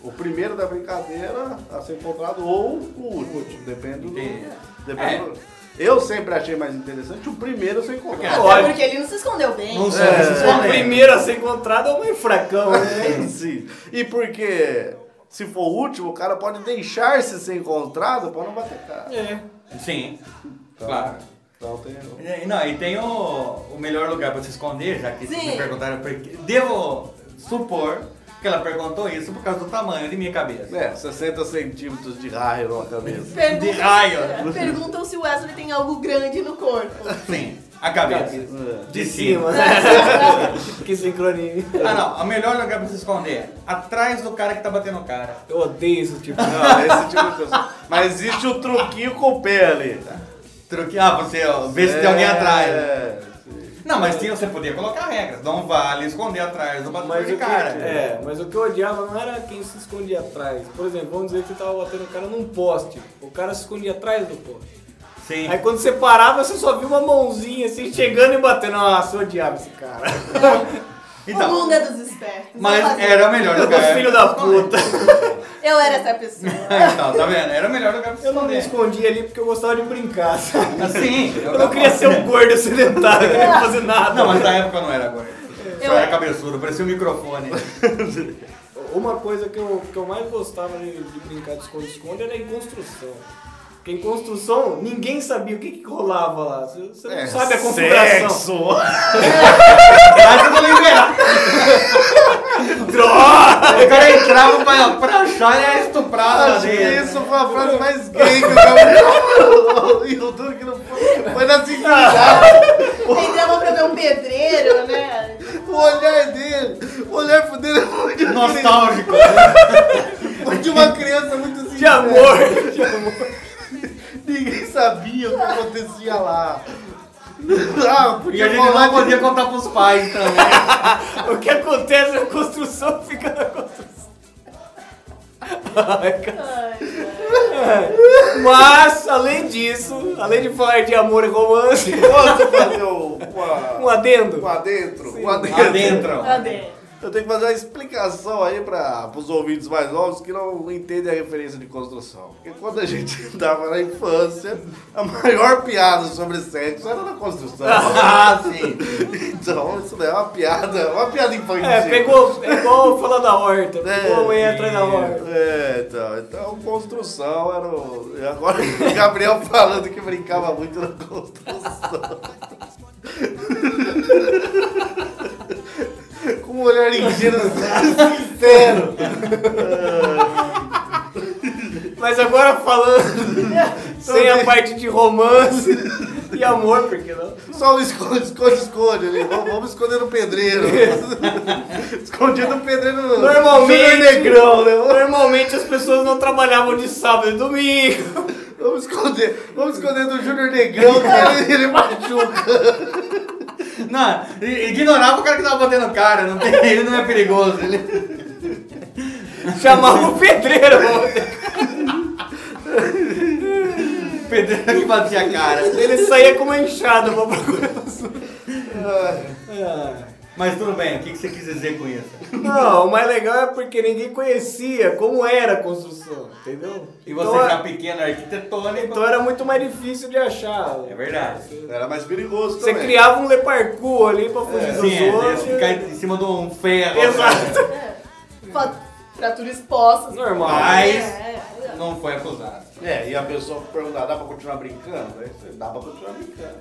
Speaker 3: o primeiro da brincadeira a ser encontrado ou o último. Depende do.
Speaker 5: Entendi.
Speaker 3: Depende
Speaker 5: É.
Speaker 3: do- Eu sempre achei mais interessante o primeiro a ser encontrado.
Speaker 7: Até É porque ele não se escondeu bem.
Speaker 5: Não sei,
Speaker 3: É.
Speaker 5: se
Speaker 4: O
Speaker 5: esconder.
Speaker 4: primeiro Ah. a ser encontrado é o mais fracão, né?
Speaker 3: Sim. E porque se for o último, o cara pode deixar-se ser encontrado pra não bater cara.
Speaker 4: É.
Speaker 5: Sim, claro.
Speaker 3: Então tem.
Speaker 5: E, não, e tem o, o melhor lugar pra se esconder, já que
Speaker 7: Sim.
Speaker 5: vocês me perguntaram por quê. Devo supor que ela perguntou isso por causa do tamanho de minha cabeça.
Speaker 3: É, 60 centímetros de raio na cabeça.
Speaker 7: Perguntam-
Speaker 5: De raio.
Speaker 7: Perguntam se o Wesley tem algo grande no corpo.
Speaker 5: Sim, a cabeça.
Speaker 3: É.
Speaker 5: De cima.
Speaker 4: Cima, né? que sincronia.
Speaker 5: Ah, não, o melhor lugar pra se esconder é atrás do cara que tá batendo o cara.
Speaker 4: Eu odeio esse tipo.
Speaker 3: Não, esse tipo de pessoa. Mas existe o truquinho com o pé ali.
Speaker 5: Truque, ah, você ó, vê se tem alguém atrás. né?
Speaker 3: É, sim.
Speaker 5: Não, mas tinha, você podia colocar regras. Não vale esconder atrás do batedor
Speaker 4: Mas
Speaker 5: de
Speaker 4: o, que,
Speaker 5: cara.
Speaker 4: é, mas o que eu odiava não era quem se escondia atrás. Por exemplo, vamos dizer que você tava batendo o cara num poste. O cara se escondia atrás do poste.
Speaker 5: Sim.
Speaker 4: Aí quando você parava, você só viu uma mãozinha assim chegando e batendo. Nossa, eu odiava esse cara.
Speaker 7: o
Speaker 5: Então,
Speaker 7: mundo é dos espertos. Vou
Speaker 5: mas
Speaker 7: fazer.
Speaker 5: era o melhor lugar.
Speaker 4: Os filho da puta.
Speaker 7: Eu era essa pessoa.
Speaker 5: então, tá vendo? Era o melhor lugar pra se
Speaker 4: Eu não me
Speaker 5: esconder.
Speaker 4: escondia ali porque eu gostava de brincar, sabe?
Speaker 5: Assim,
Speaker 4: Eu não queria ser um gordo sedentário, eu não queria fazer nada.
Speaker 5: Não, mas na época eu não era agora.
Speaker 7: Eu
Speaker 5: Só era
Speaker 7: era.
Speaker 5: cabeçudo, parecia um microfone.
Speaker 4: Uma coisa que eu, que eu mais gostava de, de brincar de esconde-esconde era em construção. Porque em construção, ninguém sabia o que, que rolava lá. Você, você não
Speaker 3: É,
Speaker 4: sabe a configuração.
Speaker 5: Aí tudo liberado. Droga! O cara entrava pra, pra achar e era
Speaker 4: Ah,
Speaker 5: estuprado lá
Speaker 3: Acho que
Speaker 5: dentro.
Speaker 3: isso foi a frase mais gay que o Gabriel falou. E o duro que não foi. Foi na
Speaker 4: Ah.
Speaker 3: seguinte,
Speaker 7: Entrava pra ver um pedreiro, né?
Speaker 3: o olhar dele. O olhar dele é muito
Speaker 5: Nostálgico.
Speaker 3: Foi de uma criança é muito
Speaker 4: De
Speaker 3: sincera.
Speaker 4: amor. de
Speaker 3: Ninguém sabia o que acontecia lá. Ah,
Speaker 5: E
Speaker 3: podia
Speaker 5: a gente
Speaker 3: rolar
Speaker 5: não
Speaker 3: de-
Speaker 5: podia contar pros pais então, né? também.
Speaker 4: amor. O que acontece na construção fica na construção. Ai, cara.
Speaker 7: Ai, cara.
Speaker 4: Mas, além disso, além de falar de amor e romance,
Speaker 3: Posso fazer o- uma-
Speaker 4: um adendo.
Speaker 3: um adentro? Um
Speaker 5: Lá dentro.
Speaker 7: Tá dentro.
Speaker 3: Eu tenho que fazer uma explicação aí para os ouvintes mais novos que não entendem a referência de construção. Porque quando a gente andava na infância, a maior piada sobre sexo era na construção.
Speaker 5: Ah, sim.
Speaker 3: Então, isso daí é uma piada, uma piada infantil.
Speaker 4: É, pegou, é igual falar da horta. Pegou a mulher atrás da horta.
Speaker 3: É, então, então construção era o... E agora o Gabriel falando que brincava muito na construção. Com um olhar ingênuo, sincero.
Speaker 4: Mas agora falando sem a parte de romance e amor, porque não?
Speaker 3: Só o esconde, esconde, esconde ali. Vamos, vamos esconder no pedreiro. Escondido no pedreiro. no-
Speaker 4: Normalmente-
Speaker 3: Júnior Negrão, né?
Speaker 4: Normalmente as pessoas não trabalhavam de sábado e domingo.
Speaker 3: Vamos esconder. Vamos esconder do Júnior Negrão, que ele, ele machuca.
Speaker 5: Não, i- ignorava o cara que tava batendo o cara. Não tem, ele não é perigoso. Ele...
Speaker 4: Chamava o pedreiro.
Speaker 5: Pedreiro é que batia a cara.
Speaker 4: Ele saía com uma enxada pra procurar. Ah.
Speaker 5: Mas tudo bem, o que que você quis dizer com isso?
Speaker 4: Não, o mais legal é porque ninguém conhecia como era a construção, entendeu?
Speaker 5: E você
Speaker 4: então,
Speaker 5: já pequeno arquitetônico.
Speaker 4: então era muito mais difícil de achar.
Speaker 5: É verdade.
Speaker 3: Era mais perigoso
Speaker 4: Você
Speaker 3: também.
Speaker 4: criava um leparcu ali pra fugir dos
Speaker 5: Sim, é,
Speaker 4: outros.
Speaker 5: você ficar em cima de um ferro.
Speaker 4: Exato.
Speaker 7: É. Fa- Fraturas expostas.
Speaker 4: Normal.
Speaker 5: Mas-
Speaker 7: É, é, é.
Speaker 5: Não foi acusado.
Speaker 3: É, e a pessoa perguntar, dá pra continuar brincando? Aí você, dá pra continuar brincando.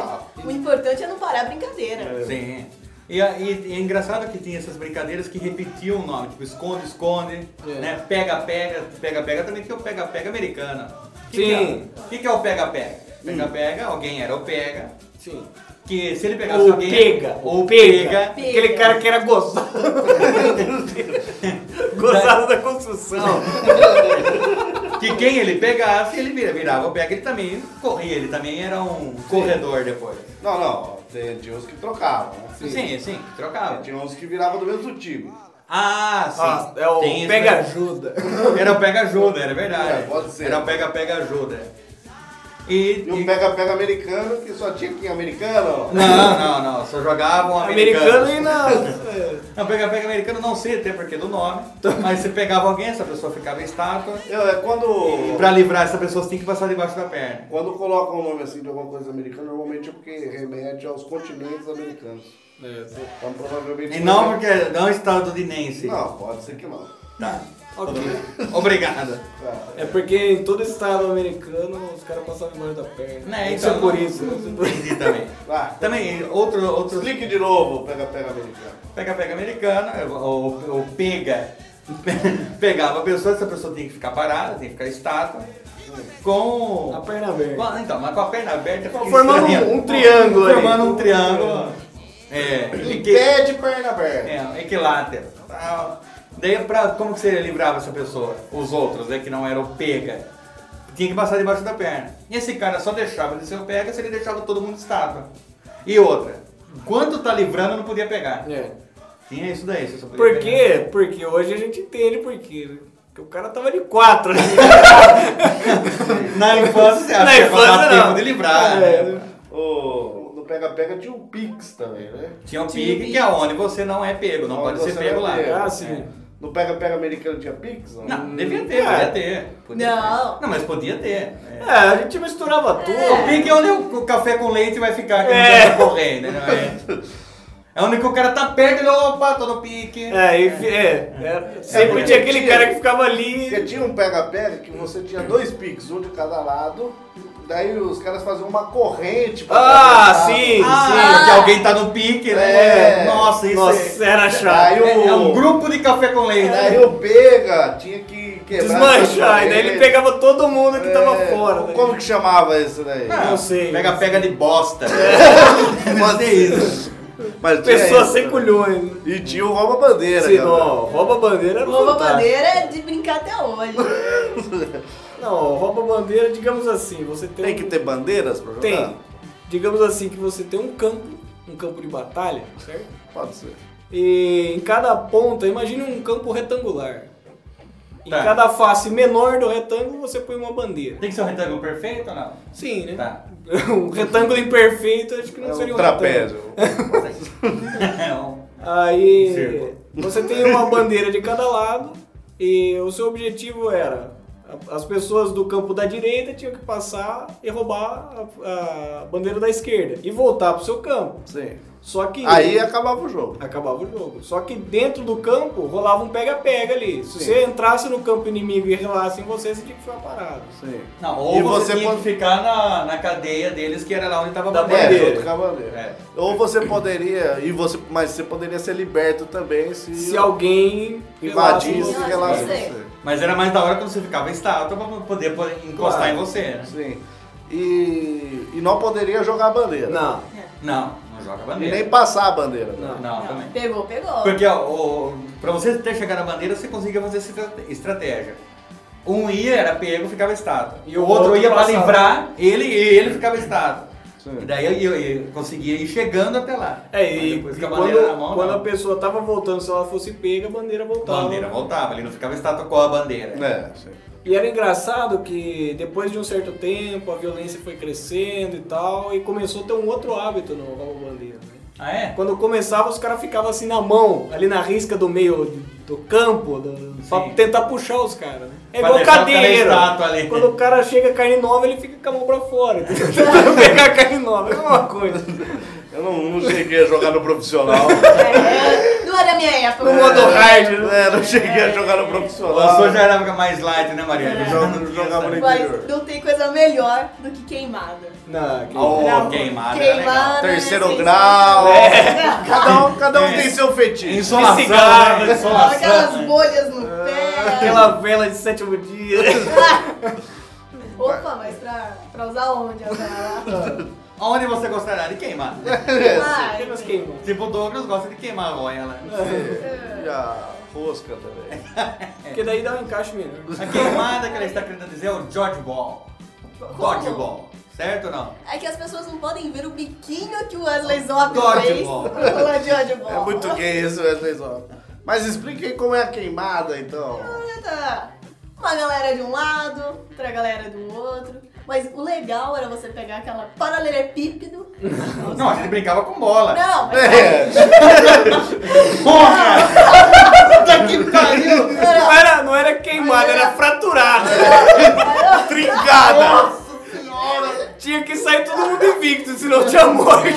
Speaker 3: Ah,
Speaker 7: Não, o importante é não parar a brincadeira.
Speaker 5: Sim. E, a- e- e é engraçado que tinha essas brincadeiras que repetiam o nome, tipo esconde, esconde,
Speaker 4: É.
Speaker 5: né? Pega, pega, pega, pega também tem o pega, pega americana. Que Que
Speaker 4: Sim. Hum.
Speaker 5: é? O que, que é o pega, pega? Pega, pega, alguém era o pega.
Speaker 4: Sim.
Speaker 5: Que se ele pegasse
Speaker 4: Ou
Speaker 5: alguém.
Speaker 4: pega.
Speaker 5: Ou pega.
Speaker 7: Pega.
Speaker 4: Aquele cara que era gozado. gozado da construção.
Speaker 5: Que quem ele pegasse, ele vira- virava o pega, ele também corria, ele também era um corredor depois.
Speaker 3: Não, não. Tem, tinha uns que trocavam, né?
Speaker 5: Sim, sim, trocava.
Speaker 3: Tinha uns que viravam do mesmo time.
Speaker 5: Ah, sim.
Speaker 4: Ah, é o
Speaker 5: Tem isso
Speaker 4: pega
Speaker 5: mesmo.
Speaker 4: ajuda.
Speaker 5: Era o pega ajuda, era verdade.
Speaker 3: É, pode ser.
Speaker 5: Era o pega pega ajuda. E,
Speaker 3: E
Speaker 5: e-
Speaker 3: um pega-pega americano que só tinha aqui americano.
Speaker 5: Não, não, não. Só jogava um americano.
Speaker 4: Americano e na.
Speaker 5: Não, pega pega americano não sei até porque é do nome. Mas você pegava alguém, essa pessoa ficava estátua.
Speaker 3: Eu, é quando.
Speaker 5: E pra livrar essa pessoa você tem que passar debaixo da perna.
Speaker 3: Quando colocam o nome assim de alguma coisa americana, normalmente é porque remete aos continentes americanos.
Speaker 4: É,
Speaker 3: Então provavelmente.
Speaker 5: E não porque não é estadunidense.
Speaker 3: Não, pode ser que não.
Speaker 5: Tá.
Speaker 4: Ok.
Speaker 5: Obrigado.
Speaker 3: Tá.
Speaker 4: É porque em todo estado americano os caras passavam embaixo da perna.
Speaker 5: Né,
Speaker 4: isso é
Speaker 5: então
Speaker 4: por
Speaker 5: não-
Speaker 4: isso.
Speaker 5: não Entendi também.
Speaker 3: Vai.
Speaker 5: Também, outro, outro
Speaker 3: Explique de novo o pega-pega americano.
Speaker 5: Pega-pega americana, ou, ou pega, pegava a pessoa, essa pessoa tinha que ficar parada, tinha que ficar estátua, com...
Speaker 4: A perna aberta.
Speaker 5: com- então, mas com a perna aberta... fica
Speaker 4: Formando
Speaker 5: estranho.
Speaker 4: um- um triângulo aí.
Speaker 5: Formando um triângulo. É,
Speaker 3: Em
Speaker 5: equi,
Speaker 3: pé de perna aberta.
Speaker 5: é, equilátero. tal. Daí, pra, como que você livrava essa pessoa? Os outros, né, que não eram pega. Tinha que passar debaixo da perna. E esse cara só deixava de ser o pega se ele deixava todo mundo estátua. E outra, enquanto tá livrando, não podia pegar.
Speaker 4: É.
Speaker 5: Tinha isso daí, você só podia
Speaker 4: Por
Speaker 5: pegar.
Speaker 4: quê? Porque hoje a gente entende por quê. né? Porque o cara tava de quatro. né?
Speaker 5: Na infância, você acha
Speaker 4: Na
Speaker 5: que ia
Speaker 4: infância,
Speaker 5: passar
Speaker 4: não.
Speaker 5: tempo de livrar.
Speaker 4: É.
Speaker 5: né?
Speaker 3: O- no pega-pega tinha o Pix também, né?
Speaker 5: Tinha um PIG, que é onde você não é pego, não
Speaker 3: Onde
Speaker 5: pode ser
Speaker 3: você
Speaker 5: pego
Speaker 3: não é
Speaker 5: lá.
Speaker 3: pego.
Speaker 4: Ah, sim.
Speaker 3: No pega-pega americano tinha Pix? Não.
Speaker 5: Não, devia ter,
Speaker 4: É.
Speaker 5: podia ter. Podia
Speaker 7: Não.
Speaker 5: ter. Não, mas podia ter.
Speaker 4: É,
Speaker 5: É.
Speaker 4: a gente misturava tudo.
Speaker 5: O PIG é onde o café com leite vai ficar, que
Speaker 4: É.
Speaker 5: não vai correr, né? Não é? É onde que o cara tá perto, ele, opa, tô no pique.
Speaker 4: É, e fi- é, é. sempre
Speaker 3: porque
Speaker 4: tinha aquele
Speaker 3: tinha-
Speaker 4: cara que ficava ali.
Speaker 3: Porque tinha um pega-pega que você tinha dois picos, um de cada lado, daí os caras faziam uma corrente pra
Speaker 4: Ah,
Speaker 3: atravessar.
Speaker 4: sim,
Speaker 5: Ah, que alguém tá no pique, né?
Speaker 3: É.
Speaker 5: Nossa,
Speaker 4: sim.
Speaker 5: isso
Speaker 4: Nossa, É,
Speaker 5: é...
Speaker 4: era
Speaker 3: Aí
Speaker 4: chato.
Speaker 3: o-
Speaker 5: É, é um grupo de café com leite.
Speaker 3: Daí o pega tinha que quebrar.
Speaker 4: Desmanchar,
Speaker 3: essa
Speaker 4: e daí ele
Speaker 3: corrente.
Speaker 4: pegava todo mundo que tava
Speaker 3: É,
Speaker 4: fora. né?
Speaker 3: Como que chamava isso daí?
Speaker 4: Não sei. É.
Speaker 5: Pega pega de bosta. Mas é isso.
Speaker 3: Mas tinha
Speaker 4: Pessoa
Speaker 3: isso,
Speaker 4: sem
Speaker 3: né?
Speaker 4: culhões. né?
Speaker 3: E tinha o rouba-bandeira.
Speaker 4: Sim,
Speaker 3: cara.
Speaker 4: não, rouba bandeira era um
Speaker 7: Rouba
Speaker 4: fantástico.
Speaker 7: bandeira é de brincar até hoje.
Speaker 4: Não, rouba bandeira, digamos assim, você tem
Speaker 3: Tem
Speaker 4: um-
Speaker 3: que ter né? bandeiras pra jogar?
Speaker 4: Tem. Digamos assim que você tem um campo, um campo de batalha, certo?
Speaker 3: Pode ser.
Speaker 4: E em cada ponta, imagine um campo retangular. Em
Speaker 5: Tá.
Speaker 4: cada face menor do retângulo, você põe uma bandeira.
Speaker 5: Tem que ser um retângulo perfeito ou não?
Speaker 4: Sim, né?
Speaker 5: Tá.
Speaker 4: Um retângulo imperfeito, acho que não
Speaker 3: É
Speaker 4: seria
Speaker 3: um
Speaker 4: um retângulo.
Speaker 3: trapézio.
Speaker 5: É um-
Speaker 4: Aí
Speaker 5: Círculo.
Speaker 4: você tem uma bandeira de cada lado e o seu objetivo era a- as pessoas do campo da direita tinham que passar e roubar a, a bandeira da esquerda e voltar pro seu campo.
Speaker 3: Sim.
Speaker 4: Só que
Speaker 3: Aí é acabava o jogo.
Speaker 4: acabava o jogo. Só que dentro do campo rolava um pega-pega ali. Se você entrasse no campo inimigo e relasse em você, você tinha que ficar parado.
Speaker 3: Sim.
Speaker 5: Não, ou
Speaker 3: E
Speaker 5: você,
Speaker 3: você
Speaker 5: tinha
Speaker 3: pode-
Speaker 5: que ficar na, na cadeia deles, que era lá onde tava a
Speaker 4: Da
Speaker 5: bandeira.
Speaker 3: É,
Speaker 4: bandeira.
Speaker 3: outro cavaleiro.
Speaker 5: É.
Speaker 3: Ou você poderia, e você, mas você poderia ser liberto também se,
Speaker 4: Se alguém
Speaker 3: invadisse em
Speaker 4: relasse em
Speaker 3: relação
Speaker 4: você.
Speaker 7: você.
Speaker 3: a
Speaker 5: Mas era mais da hora quando você ficava estátua pra poder pô- encostar
Speaker 4: Claro.
Speaker 5: em você, né?
Speaker 3: você. Sim. E, e não poderia jogar a bandeira.
Speaker 4: Não,
Speaker 5: Não, não joga
Speaker 3: E
Speaker 5: bandeira.
Speaker 3: nem passar a bandeira.
Speaker 4: não.
Speaker 5: Não,
Speaker 7: Não,
Speaker 5: também.
Speaker 7: pegou, pegou.
Speaker 5: Porque ó, o- pra você ter chegado à bandeira, você conseguia fazer essa estra- estratégia. Um ia, era pego, ficava estátua. E o outro, ia pra
Speaker 4: passava.
Speaker 5: livrar ele e ele ficava estátua.
Speaker 3: Sim.
Speaker 5: E daí eu, eu- eu conseguia ir chegando até lá.
Speaker 4: É,
Speaker 5: Mas
Speaker 4: e,
Speaker 5: depois
Speaker 4: e
Speaker 5: que a bandeira na
Speaker 4: quando,
Speaker 5: mão,
Speaker 4: quando
Speaker 5: não.
Speaker 4: a pessoa tava voltando, se ela fosse pega, a bandeira voltava.
Speaker 5: A bandeira voltava, ele não ficava estátua com a bandeira.
Speaker 3: É, sim.
Speaker 4: E era engraçado que depois de um certo tempo a violência foi crescendo e tal, e começou a ter um outro hábito no roubo bandeira. Né?
Speaker 5: Ah, é?
Speaker 4: Quando começava, os caras ficavam assim na mão, ali na risca do meio do campo, do,
Speaker 5: Sim.
Speaker 4: pra tentar puxar os caras. Né? É
Speaker 5: Pra
Speaker 4: igual
Speaker 5: deixar o cara
Speaker 4: cadeira.
Speaker 5: estátua ali.
Speaker 4: Quando o cara chega carne nova, ele fica com a mão pra fora, tentando pegar a carne nova. É a mesma coisa.
Speaker 3: Eu não, não cheguei a jogar no profissional.
Speaker 7: É, não era minha época.
Speaker 4: No modo hard, né?
Speaker 3: É, não cheguei a jogar no
Speaker 5: A
Speaker 3: profissional.
Speaker 5: sua já era mais light, né, Maria?
Speaker 3: Jogava- jogava no interior.
Speaker 7: Mas não tem coisa melhor do que queimada.
Speaker 4: Não, que-
Speaker 5: Oh, queimada. era legal.
Speaker 7: Queimada.
Speaker 3: Terceiro
Speaker 7: sem-
Speaker 3: grau.
Speaker 7: É.
Speaker 3: Cada um, cada um
Speaker 5: É.
Speaker 3: tem seu feitiço.
Speaker 5: Insolação,
Speaker 4: Que cigarro,
Speaker 5: né?
Speaker 7: Aquelas
Speaker 5: Insolação.
Speaker 7: bolhas no pé.
Speaker 4: Aquela vela de sétimo dia.
Speaker 7: Opa, mas pra, pra usar onde agora?
Speaker 5: Onde você gostaria de queimar?
Speaker 7: Ai,
Speaker 4: Apenas queimou.
Speaker 5: tipo, o Douglas gosta de queimar a roia lá.
Speaker 3: É. E a rosca também.
Speaker 5: É.
Speaker 4: Porque daí dá um encaixe melhor.
Speaker 5: A queimada que ela está querendo dizer é o George Ball.
Speaker 7: Como?
Speaker 5: Dodgeball. Certo ou não?
Speaker 7: É que as pessoas não podem ver o biquinho que o Wesley Zop
Speaker 5: Dodgeball.
Speaker 7: fez. Pula Dodgeball.
Speaker 3: É muito gay isso, Wesley Zop. Mas explique aí como é a queimada, então.
Speaker 7: Tá Uma galera de um lado, outra galera do outro. Mas o legal era você pegar aquela paralelepípedo.
Speaker 5: Não, a gente brincava com bola.
Speaker 7: Não, mas
Speaker 3: É,
Speaker 5: Porra! Puta que pariu!
Speaker 7: não, não.
Speaker 4: Não era, não era queimada, era fraturada.
Speaker 3: trincada!
Speaker 4: Tinha que sair todo mundo invicto, senão tinha morte.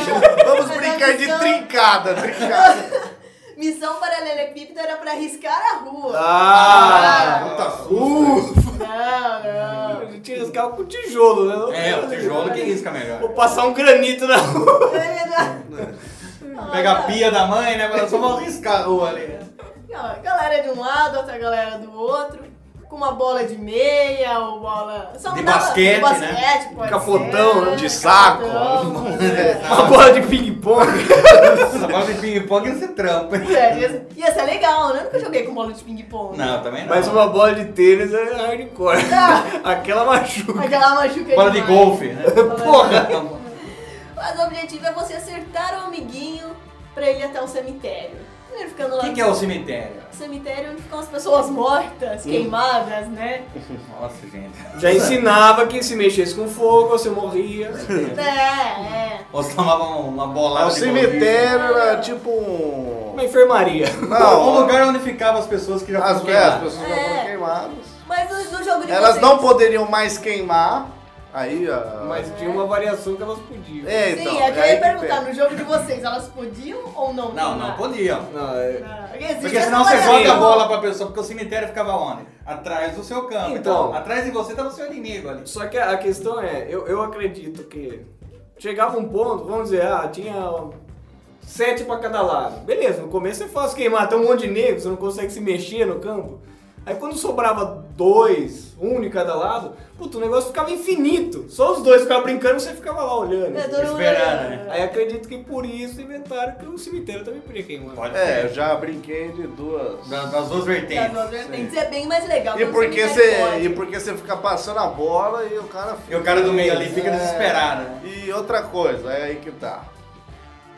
Speaker 3: Vamos
Speaker 4: é
Speaker 3: brincar de trincada, trincada.
Speaker 7: Missão paralelepípedo era pra riscar a rua.
Speaker 4: Ah!
Speaker 5: Puta
Speaker 7: Não, não.
Speaker 4: Tinha que riscar com tijolo, né? Não-
Speaker 5: É, o tijolo que risca melhor.
Speaker 4: Vou passar um granito na rua.
Speaker 5: né? Pega a pia da mãe, né? Mas só vou riscar a rua ali.
Speaker 7: Não, galera de um lado, outra galera do outro. Com uma bola de meia ou bola. Só
Speaker 5: De
Speaker 7: não dava-
Speaker 5: basquete, né?
Speaker 7: de basquete, pode
Speaker 4: Capotão,
Speaker 7: ser,
Speaker 4: né?
Speaker 3: De saco.
Speaker 7: capotão.
Speaker 4: Uma bola de ping-pong.
Speaker 5: Essa bola de ping-pong ia ser trampa. hein?
Speaker 7: É, ia- Ia ser legal, né? Eu nunca joguei com bola de ping-pong.
Speaker 5: Não, também não.
Speaker 4: Mas uma bola de tênis é hardcore. Aquela machuca.
Speaker 7: Ah, Aquela machuca
Speaker 5: Bola de
Speaker 7: demais.
Speaker 5: golfe, né?
Speaker 4: Porra!
Speaker 7: Mas o objetivo é você acertar o amiguinho pra ele ir até o cemitério. Ele ficando
Speaker 5: O
Speaker 7: lá
Speaker 5: que,
Speaker 7: no
Speaker 5: que é o cemitério?
Speaker 7: cemitério onde ficam as pessoas mortas, queimadas, né?
Speaker 5: Nossa, gente.
Speaker 4: Já ensinava que se mexesse com fogo, você morria.
Speaker 7: É, é.
Speaker 5: Ou você tomava uma bolada
Speaker 3: O
Speaker 5: de golfe.
Speaker 3: É um cemitério era tipo um.
Speaker 4: Uma enfermaria.
Speaker 5: Não, um
Speaker 3: Não,
Speaker 5: lugar onde ficavam as pessoas que já
Speaker 3: as,
Speaker 5: foram
Speaker 3: é, as
Speaker 5: queimadas.
Speaker 3: pessoas já foram queimadas.
Speaker 7: Mas no, no jogo de
Speaker 3: Elas
Speaker 7: vocês-
Speaker 3: não poderiam mais queimar. Aí a.
Speaker 4: Mas tinha uma variação que elas podiam.
Speaker 3: É, então.
Speaker 7: Sim, é que eu
Speaker 3: aí
Speaker 7: ia
Speaker 3: que
Speaker 7: perguntar,
Speaker 3: pega.
Speaker 7: no jogo de vocês, elas podiam ou não?
Speaker 5: Não, não
Speaker 7: queimar?
Speaker 5: podiam.
Speaker 4: Não, é-
Speaker 7: Ah, existe
Speaker 5: Porque
Speaker 7: essa né?
Speaker 5: senão você
Speaker 7: variação.
Speaker 5: joga a bola pra pessoa, porque o cemitério ficava onde? Atrás do seu campo. Então,
Speaker 4: Então.
Speaker 5: atrás de você tava o seu inimigo ali.
Speaker 4: Só que a a questão é, eu, eu acredito que chegava um ponto, vamos dizer, ah, tinha sete pra cada lado. Beleza, no começo é fácil queimar, tem um monte de negro, você não consegue se mexer no campo. Aí quando sobrava dois, um de cada lado, puta, o negócio ficava infinito. Só os dois ficavam brincando e você ficava lá olhando. assim.
Speaker 7: É, todo mundo
Speaker 5: Esperando,
Speaker 7: olhando.
Speaker 4: Aí acredito que por isso inventaram que o cemitério também podia queimar.
Speaker 5: Pode
Speaker 3: É, eu
Speaker 5: ser.
Speaker 3: já brinquei de duas.
Speaker 5: Da- Das, duas vertentes.
Speaker 7: Das outras vertentes é bem mais legal.
Speaker 3: E
Speaker 7: quando
Speaker 3: porque
Speaker 7: você não
Speaker 3: você.
Speaker 7: pode.
Speaker 3: E porque você fica passando a bola e o cara
Speaker 5: E
Speaker 3: fica.
Speaker 5: o cara do meio ali fica
Speaker 3: É.
Speaker 5: desesperado. né?
Speaker 3: E outra coisa, é aí que tá.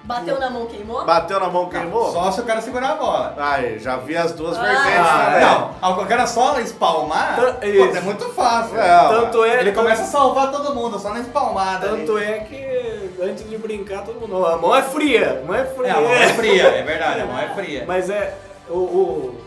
Speaker 7: Bateu na mão, queimou?
Speaker 3: Bateu na mão, queimou?
Speaker 5: Só se o cara segurar a bola.
Speaker 3: Aí, já vi as duas
Speaker 7: Ah,
Speaker 3: vertentes né?
Speaker 5: Ah,
Speaker 3: também.
Speaker 5: não, o cara só espalmar,
Speaker 4: Tá-
Speaker 5: pô,
Speaker 4: é. isso.
Speaker 5: é muito fácil.
Speaker 3: É,
Speaker 4: Tanto é,
Speaker 5: Ele
Speaker 4: tanto-
Speaker 5: começa a salvar todo mundo, só na espalmada.
Speaker 4: Tanto é que antes de brincar, todo mundo. "Ó, A mão é fria, a mão é
Speaker 5: ali.
Speaker 4: fria.
Speaker 5: É, a mão é fria, é verdade, a mão é fria.
Speaker 4: Mas é. O, o,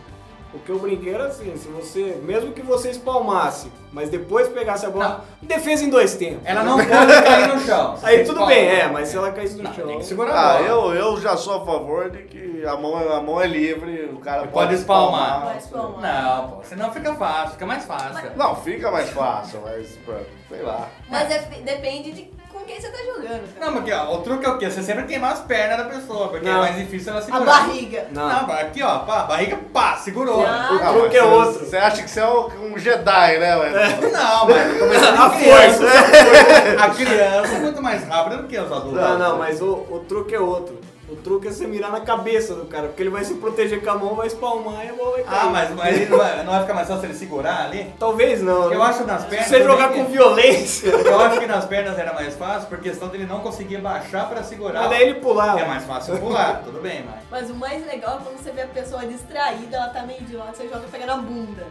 Speaker 4: o que eu brinquei era assim, se você. Mesmo que você espalmasse, mas depois pegasse a bola. Defesa em dois tempos.
Speaker 5: Ela não pode cair no chão.
Speaker 4: Aí tudo bem, é, mas se ela caísse no
Speaker 5: Não,
Speaker 4: chão.
Speaker 5: tem que segurar a
Speaker 3: Ah,
Speaker 5: bola.
Speaker 3: eu, eu já sou a favor de que a mão, a mão é livre, o cara
Speaker 5: Pode
Speaker 3: pode,
Speaker 5: espalmar.
Speaker 7: Vai espalmar.
Speaker 5: Não, pô, senão fica fácil, fica mais fácil.
Speaker 3: Não, fica mais fácil, mas pô, sei lá.
Speaker 7: Mas é- depende de com quem você tá jogando.
Speaker 5: Não,
Speaker 7: também.
Speaker 5: mas aqui, ó, o truque é o quê? Você sempre queimar as pernas da pessoa, porque é
Speaker 4: Não.
Speaker 5: mais difícil ela segurar.
Speaker 7: A barriga.
Speaker 5: Não, aqui, ó, pá, a barriga, pá, segurou.
Speaker 7: Ah.
Speaker 3: Ah,
Speaker 4: truque
Speaker 3: mas
Speaker 4: é
Speaker 3: você-
Speaker 4: outro.
Speaker 3: Você acha que você é um um Jedi, né,
Speaker 5: É.
Speaker 3: Wesley?
Speaker 5: Não, mas começando
Speaker 4: A
Speaker 5: de
Speaker 4: força. né?
Speaker 5: criança, A criança é muito mais rápida do que os adultos.
Speaker 4: Não, não, mas o, o truque é outro. O truque é você mirar na cabeça do cara, porque ele vai se proteger com a mão, vai espalmar e a bola vai cair.
Speaker 5: Ah, mas, mas ele não vai, não vai ficar mais fácil ele segurar ali?
Speaker 4: Talvez não.
Speaker 5: Eu
Speaker 4: né?
Speaker 5: acho nas pernas.
Speaker 4: Se você jogar
Speaker 5: também é.
Speaker 4: com
Speaker 5: que-
Speaker 4: violência.
Speaker 5: Eu acho que nas pernas era mais fácil por questão dele não conseguir baixar pra segurar.
Speaker 4: Mas daí ele pulava.
Speaker 5: É mais fácil pular, tudo bem, mas.
Speaker 7: Mas o mais legal é quando você vê a pessoa distraída, ela tá meio de lado, você joga pegando a bunda.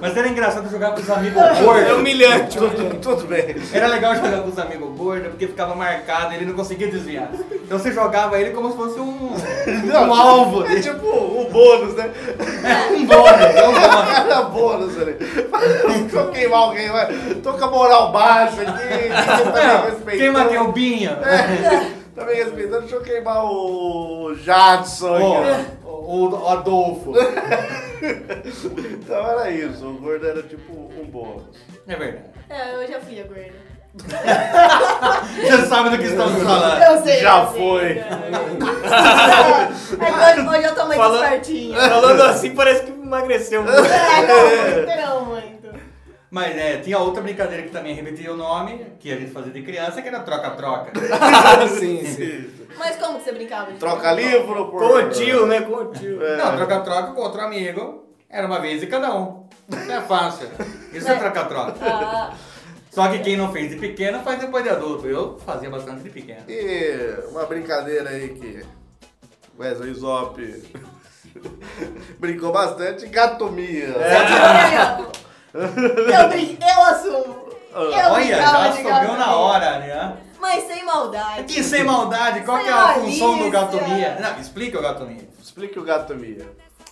Speaker 5: Mas era engraçado jogar com os amigos gordos.
Speaker 4: É humilhante.
Speaker 3: tudo, tudo bem.
Speaker 5: Era legal jogar com os amigos gordos, porque ficava marcado, ele não conseguia desviar. Então você jogava ele como se fosse um, um alvo.
Speaker 3: É
Speaker 5: dele.
Speaker 3: tipo o bônus, né?
Speaker 5: É um bônus, é um bônus.
Speaker 3: Era né, bônus ali. Se eu queimar alguém, vai. Tô com a moral baixa aqui. ninguém tá me respeitando.
Speaker 5: Quem matei o Binho?
Speaker 3: É, tá me respeitando, deixa eu queimar o Jadson aqui.
Speaker 5: Ô, O, o Adolfo.
Speaker 3: Então era isso, o gordo era tipo um bônus.
Speaker 5: É verdade.
Speaker 7: É, eu já fui a gorda.
Speaker 5: Você sabe do que estamos falando.
Speaker 7: Eu sei.
Speaker 3: Já
Speaker 7: eu sei,
Speaker 3: foi.
Speaker 7: né? É, hoje, hoje eu tô mais
Speaker 4: Falando-
Speaker 7: espertinha.
Speaker 3: É.
Speaker 4: Falando assim, parece que emagreceu muito.
Speaker 7: É, não, muito, não, muito.
Speaker 5: Mas é, tinha outra brincadeira que também repetia o nome, que a gente fazia de criança, que era troca-troca.
Speaker 4: sim, sim.
Speaker 7: Mas como que você brincava? de
Speaker 3: Troca livro por.
Speaker 4: Com o tio, né? Com o tio.
Speaker 3: É.
Speaker 5: Não, troca-troca com outro amigo. Era uma vez de cada um. Isso é fácil. Isso é troca-troca.
Speaker 7: Ah,
Speaker 5: Só que quem não fez de pequeno faz depois de adulto. Eu fazia bastante de pequeno.
Speaker 3: E uma brincadeira aí que Wesley Zop brincou bastante, gatomia.
Speaker 5: É.
Speaker 7: eu, brin... eu assumo. Eu
Speaker 5: Olha, já
Speaker 7: brincava de
Speaker 5: subiu
Speaker 7: gato
Speaker 5: na
Speaker 7: também.
Speaker 5: hora, né?
Speaker 7: Mas sem maldade.
Speaker 5: Que sem maldade, qual que é a
Speaker 7: Sem
Speaker 5: função do
Speaker 7: malícia.
Speaker 5: gatomia? Não, explica o gatomia.
Speaker 3: Explique o gatomia.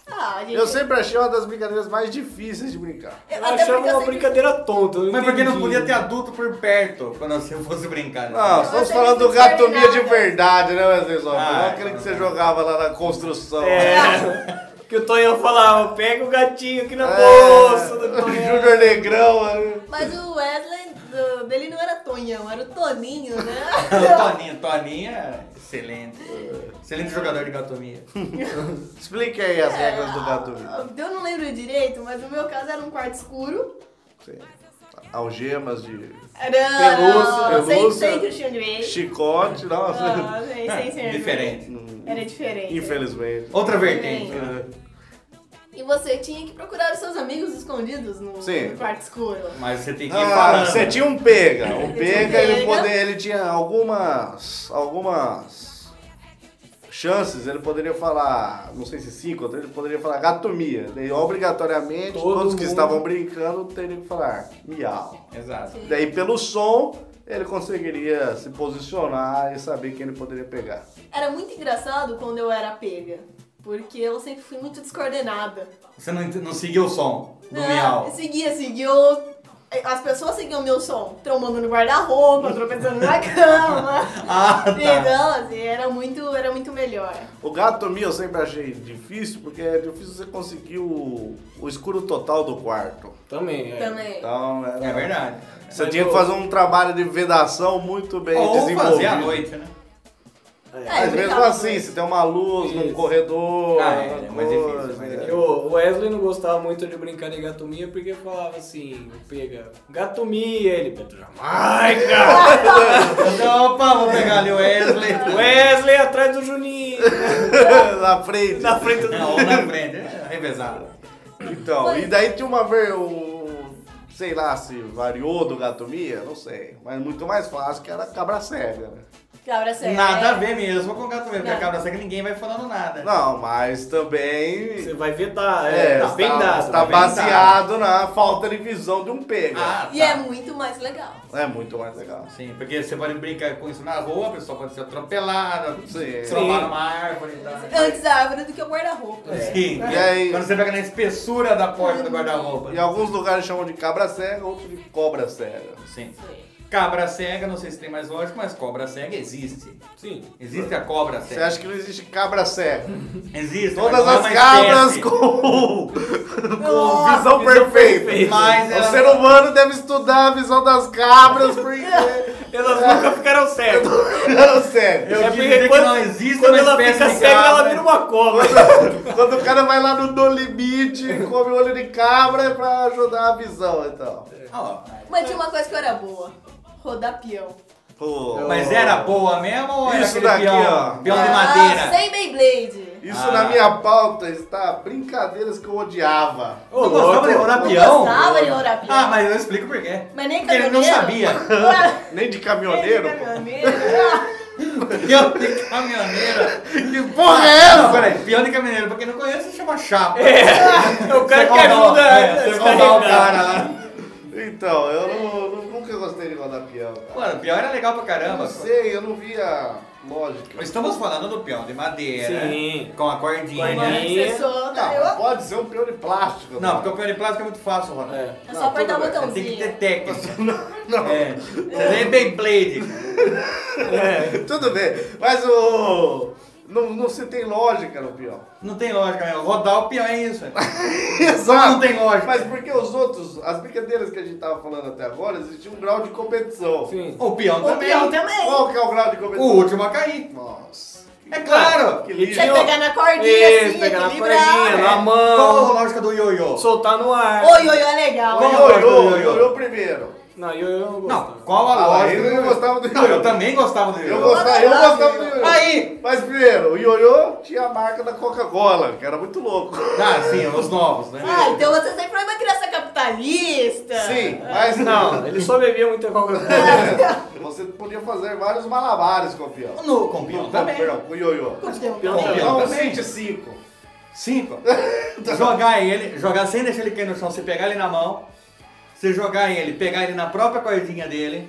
Speaker 7: Ah, gente.
Speaker 3: Eu sempre achei uma das brincadeiras mais difíceis de brincar.
Speaker 7: eu-
Speaker 4: Eu
Speaker 7: até
Speaker 4: achava
Speaker 7: porque eu
Speaker 4: uma
Speaker 7: sempre-
Speaker 4: brincadeira tonta. eu
Speaker 5: Mas porque não
Speaker 4: entendi.
Speaker 5: podia ter adulto por perto quando você fosse brincar. né?
Speaker 3: Não,
Speaker 7: Eu
Speaker 3: estamos
Speaker 7: achei
Speaker 3: Ah, falando do
Speaker 7: que não serve
Speaker 3: gatomia de
Speaker 7: nada.
Speaker 3: verdade, né, Wesley Zop? não
Speaker 5: Ah,
Speaker 3: é aquele
Speaker 5: não.
Speaker 3: que você jogava lá na construção.
Speaker 4: É. Que o Tonhão falava, pega o gatinho aqui na
Speaker 3: É,
Speaker 4: bolsa do
Speaker 3: o
Speaker 4: Tonhão.
Speaker 3: Júnior Negrão. né?
Speaker 7: Mas o Wesley do- dele não era Tonhão, era o Toninho, né?
Speaker 5: Toninho, Toninho é excelente. Excelente jogador de gatomia.
Speaker 3: Explique aí as regras do gatomia.
Speaker 7: É, Eu não lembro direito, mas no meu caso era um quarto escuro.
Speaker 3: Algemas de
Speaker 7: Era. Sem,
Speaker 3: pelúcia.
Speaker 7: sem Cristiano Grey.
Speaker 3: chicote, nossa.
Speaker 7: Ah, sem, sem ser-
Speaker 5: Diferente.
Speaker 7: Era diferente.
Speaker 3: Infelizmente.
Speaker 5: Outra vertente. né?
Speaker 7: E você tinha que procurar os seus amigos escondidos no,
Speaker 3: Sim.
Speaker 7: no quarto escuro.
Speaker 5: Mas você tem que né? ir
Speaker 3: Ah,
Speaker 5: falando.
Speaker 3: você tinha um pega. Um pega, ele,
Speaker 7: pega.
Speaker 3: poder, ele tinha algumas. algumas chances, ele poderia falar, não sei se cinco ou três, ele poderia falar gatomia. Daí, obrigatoriamente,
Speaker 4: Todo
Speaker 3: todos que
Speaker 4: mundo.
Speaker 3: estavam brincando teriam que falar miau.
Speaker 5: Exato.
Speaker 3: Daí, pelo som, ele conseguiria se posicionar e saber quem ele poderia pegar.
Speaker 7: Era muito engraçado quando eu era pega. Porque eu sempre fui muito descoordenada.
Speaker 5: Você não, ent- não seguiu o som do
Speaker 7: Não,
Speaker 5: miau.
Speaker 7: Seguia, seguiu. As pessoas seguiam meu som, trombando no guarda-roupa, tropeçando na cama.
Speaker 5: Ah, tá.
Speaker 7: Então, assim, era muito, era muito melhor.
Speaker 3: O gatomia eu sempre achei difícil, porque é difícil você conseguir o, o escuro total do quarto.
Speaker 4: Também, é.
Speaker 7: Também.
Speaker 3: Então, era-
Speaker 5: É verdade.
Speaker 3: Você tinha que fazer um trabalho de vedação muito bem
Speaker 5: Ou
Speaker 3: desenvolvido.
Speaker 5: fazer à noite, né?
Speaker 7: É,
Speaker 3: Mas mesmo
Speaker 7: brincava
Speaker 3: assim,
Speaker 7: muito.
Speaker 3: você tem uma luz num
Speaker 4: Isso.
Speaker 3: corredor.
Speaker 5: Ah, é,
Speaker 3: uma
Speaker 5: é mais difícil,
Speaker 3: coisa,
Speaker 5: mais
Speaker 3: né?
Speaker 5: difícil.
Speaker 4: E O Wesley não gostava muito de brincar de gatomia porque falava assim, pega gatomia, ele Pedro Jamaica,
Speaker 5: Então, opa, vou pegar ali o
Speaker 3: É.
Speaker 5: Wesley.
Speaker 4: Wesley é atrás do Juninho,
Speaker 3: É, Na frente.
Speaker 4: na frente do...
Speaker 5: Não, ou na frente, é revezado.
Speaker 3: Então,
Speaker 7: Mas-
Speaker 3: e daí tinha uma vez o. Sei lá se variou do gatomia, não sei. Mas muito mais fácil que era cabra cega, né?
Speaker 7: Cabra é. cega.
Speaker 5: Nada a ver mesmo com o gato mesmo, porque a
Speaker 7: Não.
Speaker 5: cabra cega ninguém vai falando nada.
Speaker 3: Não, mas também.
Speaker 4: Você vai ver, tá, é,
Speaker 3: é,
Speaker 4: tá bem
Speaker 3: está,
Speaker 4: dado.
Speaker 3: está
Speaker 4: tá bem dado.
Speaker 3: baseado na falta de visão de um pega.
Speaker 5: Ah,
Speaker 7: E
Speaker 5: tá.
Speaker 7: é muito mais legal.
Speaker 3: É muito mais legal.
Speaker 5: Sim, porque você pode brincar com isso na rua, a pessoa pode ser atropelada,
Speaker 3: Sim.
Speaker 5: se roubar uma árvore e tal.
Speaker 7: Antes a árvore do que o guarda-roupa.
Speaker 5: Sim.
Speaker 3: E aí?
Speaker 5: Quando você pega na espessura da porta do guarda-roupa.
Speaker 3: Em alguns lugares chamam de cabra cega, outros de cobra cega.
Speaker 5: Sim.
Speaker 7: Foi.
Speaker 5: Cabra cega, não sei se tem mais lógico, mas cobra cega existe.
Speaker 4: Sim.
Speaker 5: Existe a cobra
Speaker 3: Você
Speaker 5: cega.
Speaker 3: acha que não existe cabra cega?
Speaker 5: Existe. mas
Speaker 3: Todas
Speaker 5: não é
Speaker 3: as
Speaker 5: uma
Speaker 3: cabras
Speaker 5: espécie.
Speaker 3: com, com
Speaker 7: Nossa,
Speaker 3: visão perfeita.
Speaker 5: Mas
Speaker 3: o
Speaker 5: ela-
Speaker 3: ser humano deve estudar a visão das cabras porque
Speaker 4: Elas nunca ficaram cegas.
Speaker 3: não sério.
Speaker 5: Eu
Speaker 4: É
Speaker 5: quis
Speaker 4: porque
Speaker 5: dizer que
Speaker 4: quando-
Speaker 5: não existe
Speaker 4: Quando
Speaker 5: uma
Speaker 4: ela
Speaker 5: espécie
Speaker 4: fica
Speaker 5: de
Speaker 4: cega,
Speaker 5: cabra.
Speaker 4: ela vira uma cobra.
Speaker 3: Quando o cara vai lá no No Limite, come olho de cabra é pra ajudar a visão, então.
Speaker 5: Ó,
Speaker 7: Mas tinha uma coisa que eu era boa. Rodar peão.
Speaker 3: Pô,
Speaker 5: mas era boa mesmo ou era
Speaker 3: Isso
Speaker 5: aquele
Speaker 3: daqui,
Speaker 5: peão,
Speaker 3: ó.
Speaker 5: peão de
Speaker 7: Ah,
Speaker 5: madeira?
Speaker 7: Sem Beyblade.
Speaker 3: Isso
Speaker 5: Ah.
Speaker 3: na minha pauta está brincadeiras que eu odiava.
Speaker 4: Ô,
Speaker 5: Não gostava de
Speaker 4: louco.
Speaker 5: rolar
Speaker 7: Não
Speaker 5: peão?
Speaker 7: gostava de rolar peão.
Speaker 5: Ah, mas eu explico por quê.
Speaker 7: Mas nem
Speaker 5: Porque ele não sabia.
Speaker 7: caminhoneiro. Ah,
Speaker 3: Nem de
Speaker 7: nem
Speaker 3: caminhoneiro. pô.
Speaker 7: caminhoneiro. Ah,
Speaker 5: Peão de caminhoneiro.
Speaker 3: Que porra é
Speaker 5: Não,
Speaker 3: essa?
Speaker 5: peraí, peão de caminhoneiro, pra quem não conhece, se chama chapa.
Speaker 4: É, o cara que
Speaker 5: Você roda-
Speaker 4: ajuda
Speaker 5: é,
Speaker 4: a
Speaker 5: Você rodar o
Speaker 4: descarregar.
Speaker 5: cara lá.
Speaker 3: Então, eu não- não- nunca gostei de rodar peão. cara.
Speaker 5: Mano, peão era legal pra caramba.
Speaker 3: Não
Speaker 5: pô.
Speaker 3: sei, eu não via lógica.
Speaker 5: Estamos falando do peão de madeira.
Speaker 4: Sim.
Speaker 5: Com a cordinha.
Speaker 7: mano,
Speaker 4: Cordinha.
Speaker 7: você solta.
Speaker 3: Não,
Speaker 7: Eu-
Speaker 3: pode ser um peão de plástico.
Speaker 5: Não, porque
Speaker 3: cara.
Speaker 5: o peão de plástico é muito fácil, Ronaldo.
Speaker 4: É.
Speaker 7: É
Speaker 3: Não,
Speaker 7: só apertar o
Speaker 3: tudo bem.
Speaker 5: Tem que ter
Speaker 7: botãozinho.
Speaker 5: técnica.
Speaker 3: Não,
Speaker 5: É. Você nem Beyblade. É.
Speaker 3: tudo bem. Mas o... Não, não se tem lógica no peão.
Speaker 5: Não tem lógica mesmo. Rodar o peão é isso.
Speaker 3: Exato.
Speaker 5: Não tem lógica.
Speaker 3: Mas porque os outros... As brincadeiras que a gente tava falando até agora, existia um grau de competição.
Speaker 4: Sim.
Speaker 5: O peão
Speaker 7: O
Speaker 5: também.
Speaker 7: peão também.
Speaker 3: Qual que é o grau de
Speaker 5: O
Speaker 3: competição?
Speaker 5: último a cair.
Speaker 3: Nossa.
Speaker 5: É claro.
Speaker 3: Que
Speaker 7: Você
Speaker 3: lixo.
Speaker 7: pegar na cordinha
Speaker 4: Isso,
Speaker 7: assim,
Speaker 4: pegar na
Speaker 7: equilibrar.
Speaker 4: cordinha, na
Speaker 5: Qual a
Speaker 4: mão,
Speaker 5: lógica do ioiô?
Speaker 4: soltar no ar.
Speaker 7: Oi, oi, oi, é legal.
Speaker 5: Oi,
Speaker 3: Ioiô, ioiô, ioiô primeiro.
Speaker 4: Não, eu, eu não gostava.
Speaker 5: Não, qual a
Speaker 3: Ah,
Speaker 5: lógica?
Speaker 3: eu não
Speaker 5: ioiô?
Speaker 3: gostava do
Speaker 5: Não,
Speaker 3: ioiô.
Speaker 5: Eu também gostava do
Speaker 3: Eu
Speaker 5: ioiô.
Speaker 3: gostava, eu gostava do ioiô.
Speaker 5: Aí!
Speaker 3: Mas primeiro, o ioiô tinha a marca da Coca-Cola, que era muito louco.
Speaker 5: Ah, sim, os novos, né?
Speaker 7: Ah, então você sempre foi uma criança capitalista. Ah.
Speaker 3: Sim, mas não.
Speaker 4: Não, ele é só bebia muita Coca-Cola.
Speaker 3: Você podia fazer vários malabares com o peão.
Speaker 5: No, tá? com o peão
Speaker 3: Não,
Speaker 5: também.
Speaker 3: Perdão, com o ioiô.
Speaker 5: Com o peão
Speaker 3: Então,
Speaker 5: também.
Speaker 3: 25.
Speaker 5: Cinco. jogar ele, jogar sem deixar ele cair no chão, você pegar ele na mão, você jogar ele, pegar ele na própria cordinha dele,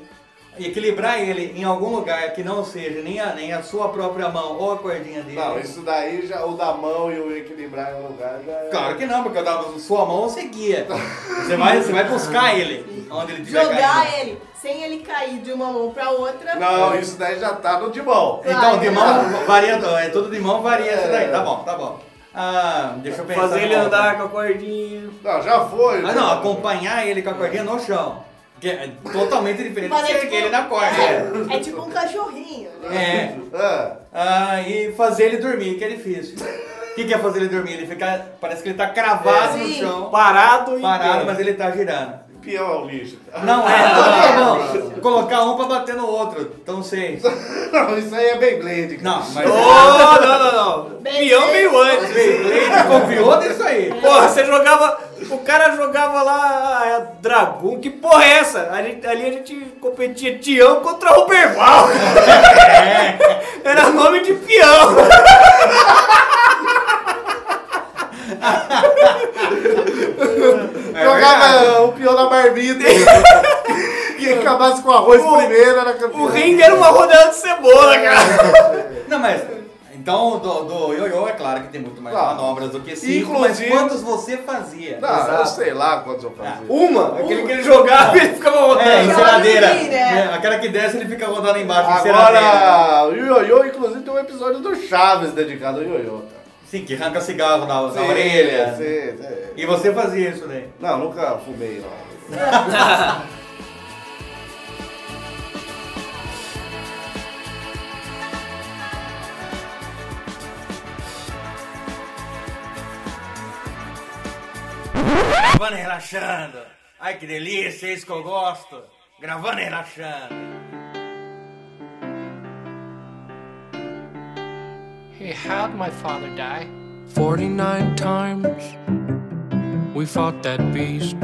Speaker 5: e equilibrar ele em algum lugar que não seja nem a, nem a sua própria mão ou a cordinha dele.
Speaker 3: Não, isso daí já, o da mão e o equilibrar em um lugar já é-
Speaker 5: Claro que não, porque eu dava sua mão, você guia. Você vai, você vai buscar ele, onde ele tiver
Speaker 7: Jogar
Speaker 5: caindo.
Speaker 7: ele sem ele cair de uma mão pra outra.
Speaker 3: Não, isso daí já tá no de mão.
Speaker 5: Então, de mão varia, é tudo de mão varia isso daí. Tá bom, tá bom. Ah, deixa eu pensar.
Speaker 4: Fazer ele
Speaker 5: numa outra.
Speaker 4: andar com a cordinha.
Speaker 3: Não, já foi.
Speaker 5: Ah, não, acompanhar ele com a cordinha no chão. Que é totalmente diferente de
Speaker 7: Fazer
Speaker 5: você
Speaker 7: tipo-
Speaker 5: erguer ele na corda.
Speaker 7: É, é tipo um cachorrinho.
Speaker 5: É.
Speaker 7: né?
Speaker 3: Ah,
Speaker 5: Ah, e fazer ele dormir, que é difícil. O que, que é fazer ele dormir? Ele fica. Parece que ele tá cravado
Speaker 7: É,
Speaker 5: no
Speaker 7: sim.
Speaker 5: chão,
Speaker 4: Parado e.
Speaker 5: parado,
Speaker 4: inteiro.
Speaker 5: mas ele tá girando.
Speaker 3: peão é um lixo.
Speaker 5: Não é, não, não, não. Colocar um pra bater no outro. Então seis.
Speaker 3: Não, isso aí é Beyblade. cara.
Speaker 5: Não, mas.
Speaker 4: Oh, não, não, não. Peão veio antes.
Speaker 5: Beyblade copiou disso aí.
Speaker 4: Porra, você jogava. O cara jogava lá é, Dragon, que porra é essa? A gente- ali a gente competia Tião contra Ruberval.
Speaker 5: É,
Speaker 4: Era nome de peão.
Speaker 5: É
Speaker 3: Jogava o peão na marmita. e acabasse com o arroz
Speaker 4: O-
Speaker 3: primeiro era campeão.
Speaker 4: O ringue era uma rodela de cebola, cara.
Speaker 5: Não, mas. Então, do, do ioiô é claro que tem muito mais
Speaker 3: Não.
Speaker 5: manobras do que cinco, mas
Speaker 4: Inclusive-
Speaker 5: quantos você fazia?
Speaker 3: Não, eu sei lá quantos eu fazia.
Speaker 4: Uma, aquele que ele jogava e ele ficava rodando.
Speaker 5: É, enceradeira.
Speaker 7: Aquela que vira.
Speaker 5: É, aquela que desce, ele fica rodando embaixo, assim, enceradeira.
Speaker 3: Agora, o Ioiô, inclusive, tem um episódio do Chaves dedicado ao Ioiô. cara.
Speaker 5: Sim, que arranca cigarro na, na
Speaker 3: Sim,
Speaker 5: orelha.
Speaker 3: sim, sim.
Speaker 5: E você fazia isso, né?
Speaker 3: Não, nunca fumei, não.
Speaker 5: Gravando e relaxando. Ai, que delícia, é isso que eu gosto. Gravando e relaxando.
Speaker 8: Hey, how'd my father die? 49 times. We fought that beast,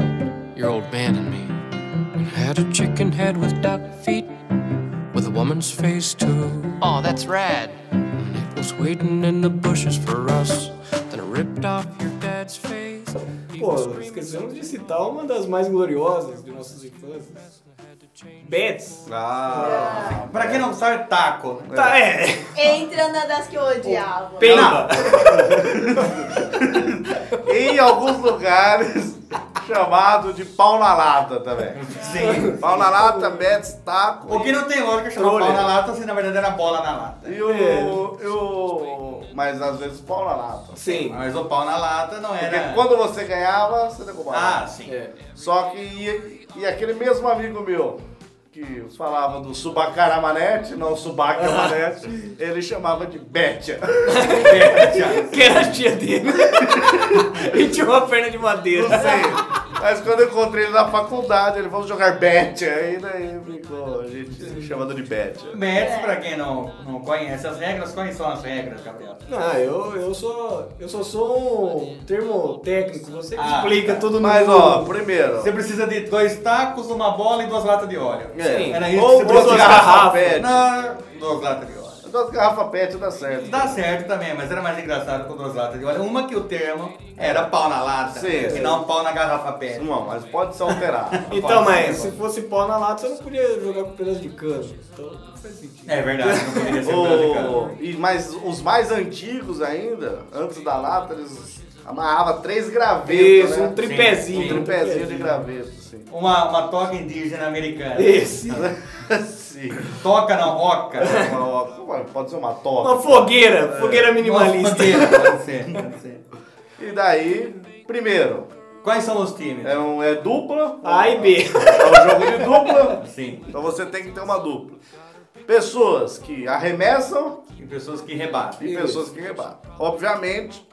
Speaker 8: your old man and me. And had a chicken head with duck feet, with a woman's face too. Oh, that's rad. And it was waiting in the bushes for us. Then it ripped off your dad's face. He
Speaker 4: Pô,
Speaker 8: was screaming-
Speaker 4: esquecemos de citar uma das mais gloriosas de nossas infâncias. Bets.
Speaker 3: Ah,
Speaker 5: Pra quem não sabe, taco. né?
Speaker 4: Tá, é.
Speaker 7: Entra na das que eu odiava.
Speaker 4: Peiba.
Speaker 3: em alguns lugares chamado de pau na lata também.
Speaker 5: Sim.
Speaker 3: Pau na lata, Mets, taco.
Speaker 5: O que não tem lógica é chamar
Speaker 4: Trolha.
Speaker 5: pau na lata se na verdade era bola na lata.
Speaker 3: E o. e o- Mas às vezes pau na lata.
Speaker 4: Sim.
Speaker 5: Mas o pau na lata não
Speaker 3: Porque
Speaker 5: era.
Speaker 3: quando você ganhava, você derrubava.
Speaker 5: É, né? Ah, sim.
Speaker 4: É.
Speaker 3: Só que. E, e aquele mesmo amigo meu, que falava do subacaramanete, não subacamanete, ele chamava de Betia.
Speaker 4: Que era a tia dele. e tinha uma perna de madeira.
Speaker 3: Não sei. Mas quando eu encontrei ele na faculdade, ele falou jogar Betia. Aí daí ficou a gente chamando de Betia.
Speaker 5: Mets, pra quem não, não conhece as regras, quais são as regras, Gabriel?
Speaker 4: Ah, eu, eu sou. Eu só sou um termo técnico. Você que
Speaker 5: Ah,
Speaker 4: explica
Speaker 5: tá.
Speaker 4: tudo no
Speaker 3: Mas ó,
Speaker 4: Google.
Speaker 3: primeiro.
Speaker 5: Você precisa de dois tacos, uma bola e duas latas de óleo.
Speaker 4: Sim.
Speaker 5: Era isso
Speaker 3: Ou
Speaker 5: que você
Speaker 3: duas
Speaker 5: precisava.
Speaker 3: garrafas pet.
Speaker 5: Não, duas latas de óleo.
Speaker 3: Duas garrafas pet dá certo.
Speaker 5: Dá certo também, mas era mais engraçado com duas latas de óleo. Uma que o termo era pau na lata,
Speaker 3: Sim.
Speaker 5: e não pau na garrafa pet.
Speaker 3: Não, mas pode se alterar.
Speaker 4: Então,
Speaker 5: Pode
Speaker 4: mas
Speaker 5: ser,
Speaker 4: se fosse pó na lata, você não podia jogar com pedaço de cano. Então não faz sentido.
Speaker 5: É verdade, não poderia ser prejudicado.
Speaker 3: O- e, mas os mais antigos ainda, antes da lata, eles amarravam três gravetos.
Speaker 4: Isso,
Speaker 3: né?
Speaker 4: um tripézinho.
Speaker 3: Um tripézinho de graveto, sim.
Speaker 5: Uma, uma toca indígena americana.
Speaker 4: Esse.
Speaker 3: sim.
Speaker 5: Toca não, oca.
Speaker 3: Uma- uma- Pode ser uma toca.
Speaker 4: Uma fogueira. É, Fogueira minimalista.
Speaker 5: Bandeira, pode ser, pode ser.
Speaker 3: E daí, primeiro,
Speaker 5: Quais são os times?
Speaker 3: é, um, é dupla.
Speaker 4: A e B.
Speaker 3: É um jogo de dupla.
Speaker 5: Sim.
Speaker 3: Então você tem que ter uma dupla. Pessoas que arremessam
Speaker 5: Tem pessoas que rebatem.
Speaker 3: e pessoas que rebatem. Obviamente,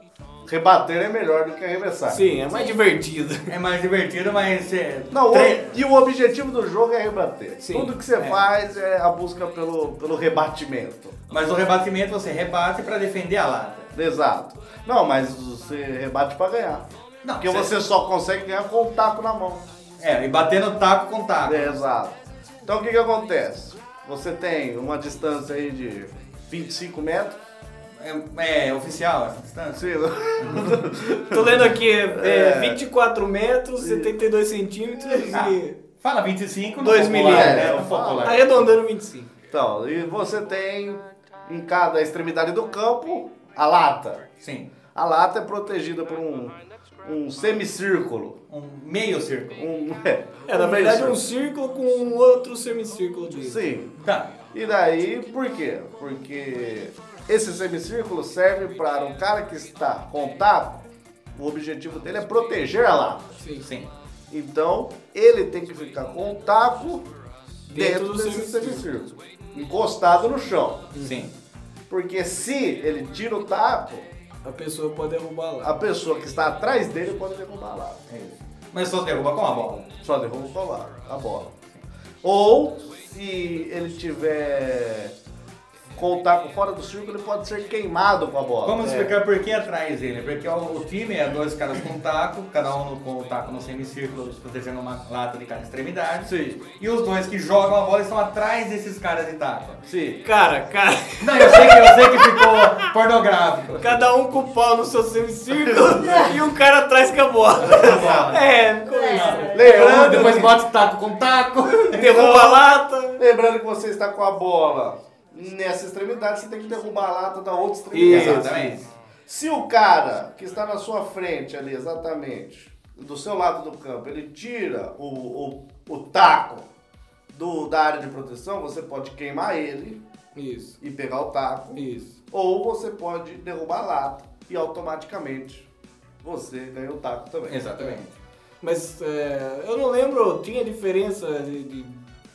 Speaker 3: rebater é melhor do que arremessar.
Speaker 4: Sim, é mais divertido.
Speaker 5: É mais divertido, mas é.
Speaker 3: Não, o-
Speaker 5: tre-
Speaker 3: e o objetivo do jogo é rebater.
Speaker 4: Sim.
Speaker 3: Tudo que você faz é a busca pelo, pelo rebatimento.
Speaker 5: Mas o rebatimento você rebate pra defender a lata.
Speaker 3: Exato. Não, mas você rebate pra ganhar.
Speaker 5: Não,
Speaker 3: Porque
Speaker 5: você-
Speaker 3: você só consegue ganhar com o taco na mão.
Speaker 5: É, e batendo taco com
Speaker 4: Tá.
Speaker 5: taco.
Speaker 3: É, exato. Então o que que acontece? Você tem uma distância aí de 25 metros.
Speaker 5: É, é oficial essa distância?
Speaker 3: Sim.
Speaker 4: Tô lendo aqui, é, Ah.
Speaker 3: É.
Speaker 4: 24 metros, 72 centímetros e.
Speaker 5: Fala 25, não
Speaker 4: Dois
Speaker 5: popular,
Speaker 4: milímetros.
Speaker 5: né? Não
Speaker 3: É, fala.
Speaker 5: popular.
Speaker 4: Arredondando 25.
Speaker 3: Então, e você tem em cada extremidade do campo a lata.
Speaker 5: Sim.
Speaker 3: A lata é protegida por um, um semicírculo.
Speaker 5: Um meio círculo.
Speaker 3: Um, é,
Speaker 4: É, na verdade, um
Speaker 3: semicírculo.
Speaker 4: círculo com um outro semicírculo dele.
Speaker 3: Sim.
Speaker 5: Tá.
Speaker 3: E daí, por quê? Porque esse semicírculo serve para um cara que está com taco, o objetivo dele é proteger a lata.
Speaker 5: Sim. Sim.
Speaker 3: Então, ele tem que ficar com o taco dentro,
Speaker 4: Dentro do
Speaker 3: desse
Speaker 4: semicírculo.
Speaker 3: semicírculo, encostado no chão.
Speaker 5: Sim.
Speaker 3: Porque se ele tira o taco,
Speaker 4: A pessoa pode derrubar lá.
Speaker 3: a pessoa que está atrás dele pode derrubar a lata.
Speaker 5: É isso. Mas só derruba com a bola.
Speaker 3: Só derruba o colar, a bola. Ou, se ele tiver com o taco fora do círculo, ele pode ser queimado com a bola. É.
Speaker 5: Vamos explicar por que atrás dele. Porque o, o time é dois caras com taco, cada um no- com o taco no semicírculo, protegendo uma lata de cada extremidade.
Speaker 3: Sim.
Speaker 5: E os dois que jogam a bola estão atrás desses caras de taco.
Speaker 3: Sim.
Speaker 4: Cara, cara,
Speaker 5: Não, eu sei que, eu sei que ficou pornográfico.
Speaker 4: cada um com o pau no seu semicírculo e um cara atrás com a bola. É, como é isso?
Speaker 7: É.
Speaker 5: Lembrando,
Speaker 3: Lembrando, é.
Speaker 5: depois bota taco com taco.
Speaker 4: Derruba a lata.
Speaker 3: lembrando que você está com a bola Nessa extremidade você tem que derrubar a lata da outra extremidade.
Speaker 5: Exatamente.
Speaker 3: Se o cara que está na sua frente ali, exatamente, do seu lado do campo, ele tira o, o, o taco do, da área de proteção, você pode queimar ele
Speaker 4: Isso,
Speaker 3: e pegar o taco,
Speaker 4: isso.
Speaker 3: ou você pode derrubar a lata e automaticamente você ganha o taco também.
Speaker 5: Exatamente.
Speaker 4: Mas é, eu não lembro, tinha diferença de, de-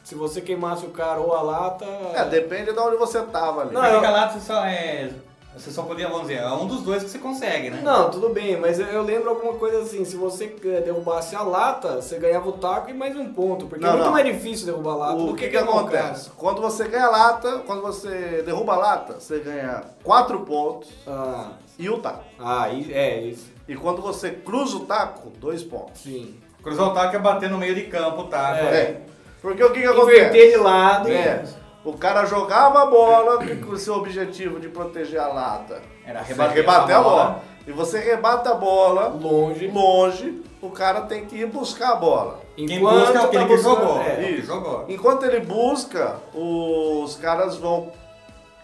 Speaker 4: se você queimasse o cara ou a lata.
Speaker 3: É, depende de onde você tava ali.
Speaker 4: Não,
Speaker 5: Porque
Speaker 4: eu-
Speaker 5: fica lá, você só, é, você só podia, vamos dizer, é um dos dois que você consegue, né?
Speaker 4: Não, tudo bem, mas eu, eu lembro alguma coisa assim, se você eh, derrubasse a lata, você ganhava o taco e mais um ponto, porque
Speaker 3: Não,
Speaker 4: é muito
Speaker 3: não.
Speaker 4: mais difícil derrubar a lata
Speaker 3: O
Speaker 4: do
Speaker 3: que, que,
Speaker 4: queimar um o
Speaker 3: acontece? Quando você ganha a lata, quando você derruba a lata, você ganha 4 pontos
Speaker 4: cara.
Speaker 3: e o taco.
Speaker 4: Ah, ah, e- é isso,
Speaker 3: E quando você cruza o taco, 2 pontos.
Speaker 4: sim.
Speaker 5: Cruzar o taco é bater no meio de campo tá? o taco.
Speaker 3: É. Porque o que, que acontece?
Speaker 4: Inverter de lado.
Speaker 3: É, O cara jogava a bola com o seu objetivo de proteger a lata.
Speaker 5: Era
Speaker 3: Você
Speaker 5: rebater
Speaker 3: rebater
Speaker 5: a
Speaker 3: a bola.
Speaker 5: bola.
Speaker 3: E você rebata a bola
Speaker 4: Longe.
Speaker 3: longe, o cara tem que ir buscar a bola.
Speaker 5: Quem
Speaker 4: Enquanto
Speaker 5: busca é aquele
Speaker 4: tá
Speaker 5: que
Speaker 4: buscando-
Speaker 5: jogou.
Speaker 4: é.
Speaker 5: Ele
Speaker 3: Isso.
Speaker 5: jogou.
Speaker 3: Enquanto ele busca, os caras vão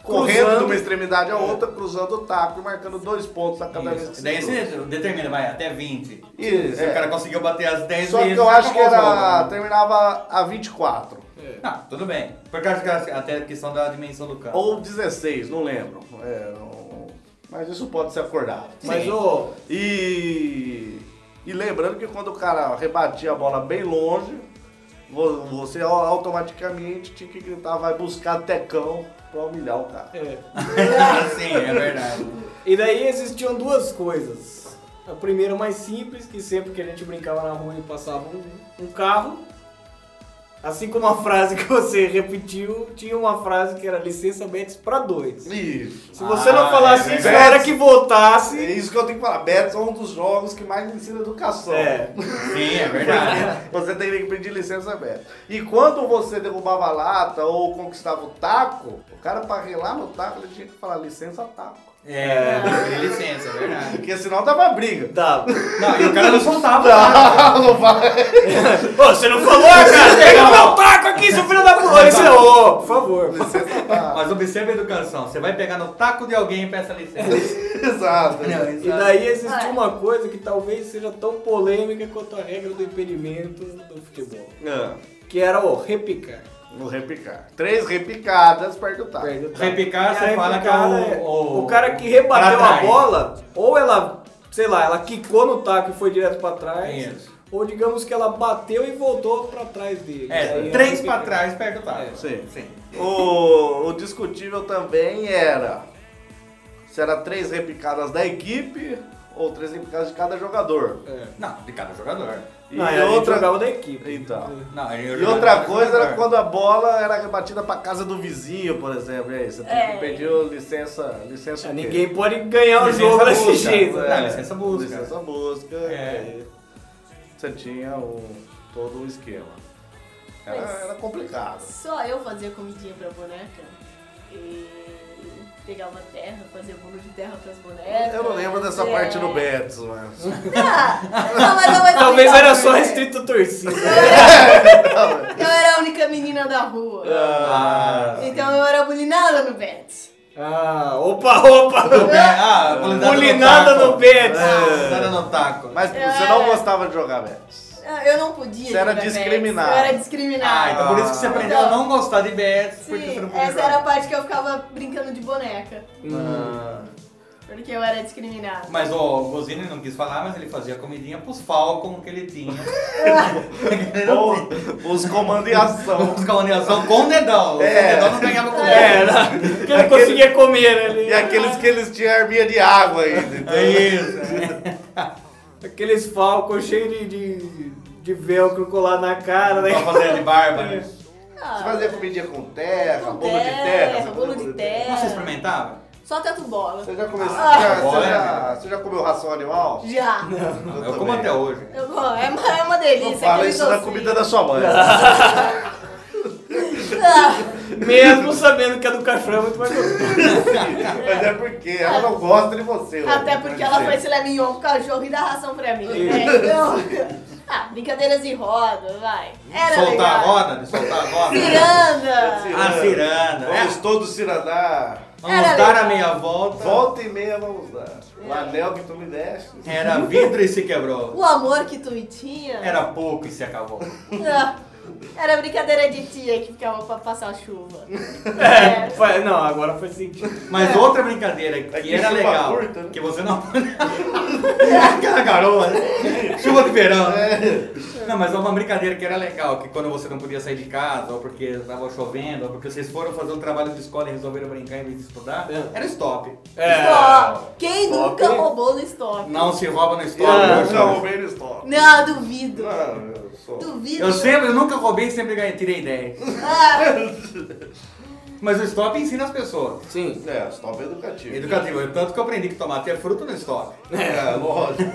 Speaker 3: correndo
Speaker 4: Cruzando.
Speaker 3: de uma extremidade à outra, cruzando o taco e marcando dois pontos a cada vez que
Speaker 5: Daí
Speaker 3: cruza.
Speaker 5: você determina, vai, até 20.
Speaker 3: Isso,
Speaker 5: Se
Speaker 3: é.
Speaker 5: o cara conseguiu bater as 10
Speaker 3: Só
Speaker 5: vezes,
Speaker 3: que eu acho que
Speaker 5: acabou o
Speaker 3: era.
Speaker 5: jogo. né?
Speaker 3: terminava a 24.
Speaker 5: Não, tudo bem. Porque eu acho que era até a questão da dimensão do campo.
Speaker 3: Ou 16, não lembro. É, não- Mas isso pode ser acordado.
Speaker 4: Mas,
Speaker 5: Sim.
Speaker 4: ô,
Speaker 3: E. E lembrando que quando o cara rebatia a bola bem longe, vo- você automaticamente tinha que gritar, vai buscar tecão pra humilhar o cara.
Speaker 4: é.
Speaker 5: Sim, é verdade.
Speaker 4: E daí existiam duas coisas. A primeira mais simples, que sempre que a gente brincava na rua e passava um, um carro, assim como a frase que você repetiu, tinha uma frase que era licença Betis para dois.
Speaker 3: Isso.
Speaker 4: Se você não
Speaker 5: Ah,
Speaker 4: falasse
Speaker 5: é
Speaker 4: isso na
Speaker 3: verdade.
Speaker 4: hora que voltasse.
Speaker 3: É isso que eu tenho que falar. Betis é um dos jogos que mais ensina educação.
Speaker 4: É.
Speaker 5: Sim, é verdade.
Speaker 3: Você tem que pedir licença aberta. E quando você derrubava a lata ou conquistava o taco, o cara pra relar no taco, ele tinha que falar licença taco.
Speaker 5: É, tem licença, é verdade.
Speaker 3: Porque senão dava briga.
Speaker 4: Tá.
Speaker 5: Não, e o cara não soltava. né? Não.
Speaker 3: Não vai.
Speaker 4: Ô, você não falou, cara? Pega meu taco aqui, seu filho da puta! Olha isso aí, Ô, por favor.
Speaker 3: Licença taco.
Speaker 5: Mas observa a educação. Você vai pegar no taco de alguém e peça licença.
Speaker 3: Exato.
Speaker 4: E daí existiu uma coisa que talvez seja tão polêmica quanto a regra do impedimento do futebol.
Speaker 3: É,
Speaker 4: Que era o repicar.
Speaker 3: Vou repicar. Três repicadas perto do taco.
Speaker 4: Perde o taco.
Speaker 5: Repicar,
Speaker 4: E
Speaker 5: você
Speaker 4: a
Speaker 5: fala que é
Speaker 4: repicada
Speaker 5: o- o-
Speaker 4: né? o cara que rebateu
Speaker 5: pra
Speaker 4: a
Speaker 5: trás.
Speaker 4: bola, ou ela, sei lá, ela quicou no taco e foi direto pra trás,
Speaker 5: Isso.
Speaker 4: ou digamos que ela bateu e voltou pra trás dele. Aí
Speaker 5: É,
Speaker 4: é
Speaker 5: três
Speaker 4: repicar.
Speaker 5: pra trás pega o taco.
Speaker 3: Sim.
Speaker 5: Sim.
Speaker 3: O, o discutível também era se era três repicadas da equipe ou três repicadas de cada jogador.
Speaker 4: É.
Speaker 5: Não, de cada jogador.
Speaker 3: E
Speaker 4: Não, era outra
Speaker 3: outra
Speaker 4: jogava da equipe. É.
Speaker 3: Então.
Speaker 5: Não,
Speaker 3: E outra coisa era quando a bola era rebatida pra casa do vizinho, por exemplo. E aí, você tem
Speaker 7: É.
Speaker 3: que pedir o licença, licença
Speaker 4: Ah,
Speaker 3: o quê?
Speaker 4: Ninguém pode ganhar o
Speaker 5: Licença
Speaker 4: jogo desse
Speaker 5: busca.
Speaker 4: jeito. né?
Speaker 5: Não, licença busca.
Speaker 3: É, Licença busca.
Speaker 5: É.
Speaker 3: e aí Você tinha o, todo o esquema. Era,
Speaker 7: Mas-
Speaker 3: era complicado.
Speaker 7: Só eu fazia comidinha pra boneca. E pegava terra, fazia bolo de terra pras bonecas.
Speaker 3: Eu não lembro dessa
Speaker 7: É.
Speaker 3: parte do Betis, mas.
Speaker 7: Ah, não, mas eu vou
Speaker 4: Talvez
Speaker 7: explicar
Speaker 4: era
Speaker 7: por
Speaker 4: só
Speaker 7: quê.
Speaker 4: restrito torcida.
Speaker 7: Eu era a única menina da rua.
Speaker 5: Ah,
Speaker 7: Então eu era bulinada no Betis.
Speaker 4: ah, opa, opa!
Speaker 5: ah, bulinada,
Speaker 4: Bulinada
Speaker 5: no
Speaker 4: É. no Betis.
Speaker 5: É. Bulinada no taco.
Speaker 3: Mas você
Speaker 7: É.
Speaker 3: não gostava de jogar Betis.
Speaker 7: Ah, Eu não podia.
Speaker 3: Você era
Speaker 7: jogar Betis.
Speaker 3: discriminada.
Speaker 7: Eu era
Speaker 5: Ah,
Speaker 7: discriminada.
Speaker 5: então por isso que você aprendeu a não gostar de Betis, porque você
Speaker 7: Sim,
Speaker 5: não podia
Speaker 7: essa
Speaker 5: jogar.
Speaker 7: era a parte que eu ficava brincando de boneca.
Speaker 3: Ah.
Speaker 7: Porque eu era discriminada.
Speaker 5: Mas o Gozini não quis falar, mas ele fazia comidinha pros Falcon que ele tinha. Ele não
Speaker 3: Ou Ah. os comandos em ação.
Speaker 5: Os caluniação com o dedão. O
Speaker 3: É.
Speaker 5: dedão não ganhava com o
Speaker 4: É,
Speaker 5: dedão.
Speaker 4: não, porque não conseguia comer né, ali.
Speaker 3: E aqueles que eles tinham arminha de água ainda. Então,
Speaker 5: É isso.
Speaker 4: Aqueles falcos cheios de, de, de velcro colado na cara, né?
Speaker 5: Pra fazer de barba. né?
Speaker 7: Ah,
Speaker 3: Você fazia comidinha com terra,
Speaker 7: com
Speaker 3: bolo de terra. assim. você
Speaker 7: bolo
Speaker 3: fazia
Speaker 7: de terra.
Speaker 5: Você experimentava?
Speaker 7: Só teto bola.
Speaker 3: Você já, começou,
Speaker 7: Ah,
Speaker 3: já- você,
Speaker 5: olha.
Speaker 3: já, você já comeu ração animal?
Speaker 7: Já.
Speaker 5: Eu,
Speaker 3: também.
Speaker 5: como até hoje.
Speaker 7: Eu vou- é, uma, é uma delícia.
Speaker 3: Não fala
Speaker 7: aquele
Speaker 3: isso da
Speaker 7: docinho.
Speaker 3: comida da sua mãe.
Speaker 7: Ah,
Speaker 4: Mesmo sabendo que a do cachorro é muito mais gostosa.
Speaker 3: Mas é porque ela não gosta de você. né?
Speaker 7: Até porque ela faz filé mignon com cachorro e dá ração pra mim. né? Então. Ah, brincadeiras de roda, vai. Era
Speaker 5: soltar a
Speaker 7: legal.
Speaker 5: roda, de soltar a roda.
Speaker 7: Ciranda.
Speaker 5: A ciranda.
Speaker 3: Vamos
Speaker 5: É.
Speaker 3: todos cirandar.
Speaker 5: Vamos
Speaker 7: Era
Speaker 5: dar
Speaker 7: legal.
Speaker 5: a meia volta.
Speaker 3: Volta e meia vamos dar. O anel que tu me deste.
Speaker 5: Era vidro e se quebrou.
Speaker 7: O amor que tu tinha.
Speaker 5: Era pouco e se acabou.
Speaker 7: Ah, Era brincadeira de tia que ficava pra passar chuva. É.
Speaker 4: Foi- Não, agora faz sentido.
Speaker 5: Mas outra brincadeira que
Speaker 3: É que
Speaker 5: era
Speaker 3: chuva
Speaker 5: legal,
Speaker 3: curta, né?
Speaker 5: que você não... Aquela garoa, né? Chuva de verão. Não, mas uma brincadeira que era legal, que quando você não podia sair de casa, ou porque estava chovendo, ou porque vocês foram fazer um trabalho de escola e resolveram brincar em vez de estudar,
Speaker 4: É.
Speaker 5: era stop.
Speaker 7: Stop. Quem
Speaker 4: Stop.
Speaker 7: nunca roubou no stop?
Speaker 5: Não se rouba no stop.
Speaker 4: Ah,
Speaker 5: não,
Speaker 3: Eu já roubei no estoque.
Speaker 7: Não, duvido.
Speaker 3: Não, eu sou.
Speaker 7: Duvido.
Speaker 5: Eu sempre, eu nunca roubei e sempre ganhei, tirei 10.
Speaker 7: Ah,
Speaker 5: Mas o stop ensina as pessoas.
Speaker 4: Sim.
Speaker 3: É, estoque educativo.
Speaker 5: Educativo, tanto que eu aprendi que tomate é fruto no stop.
Speaker 3: É, lógico.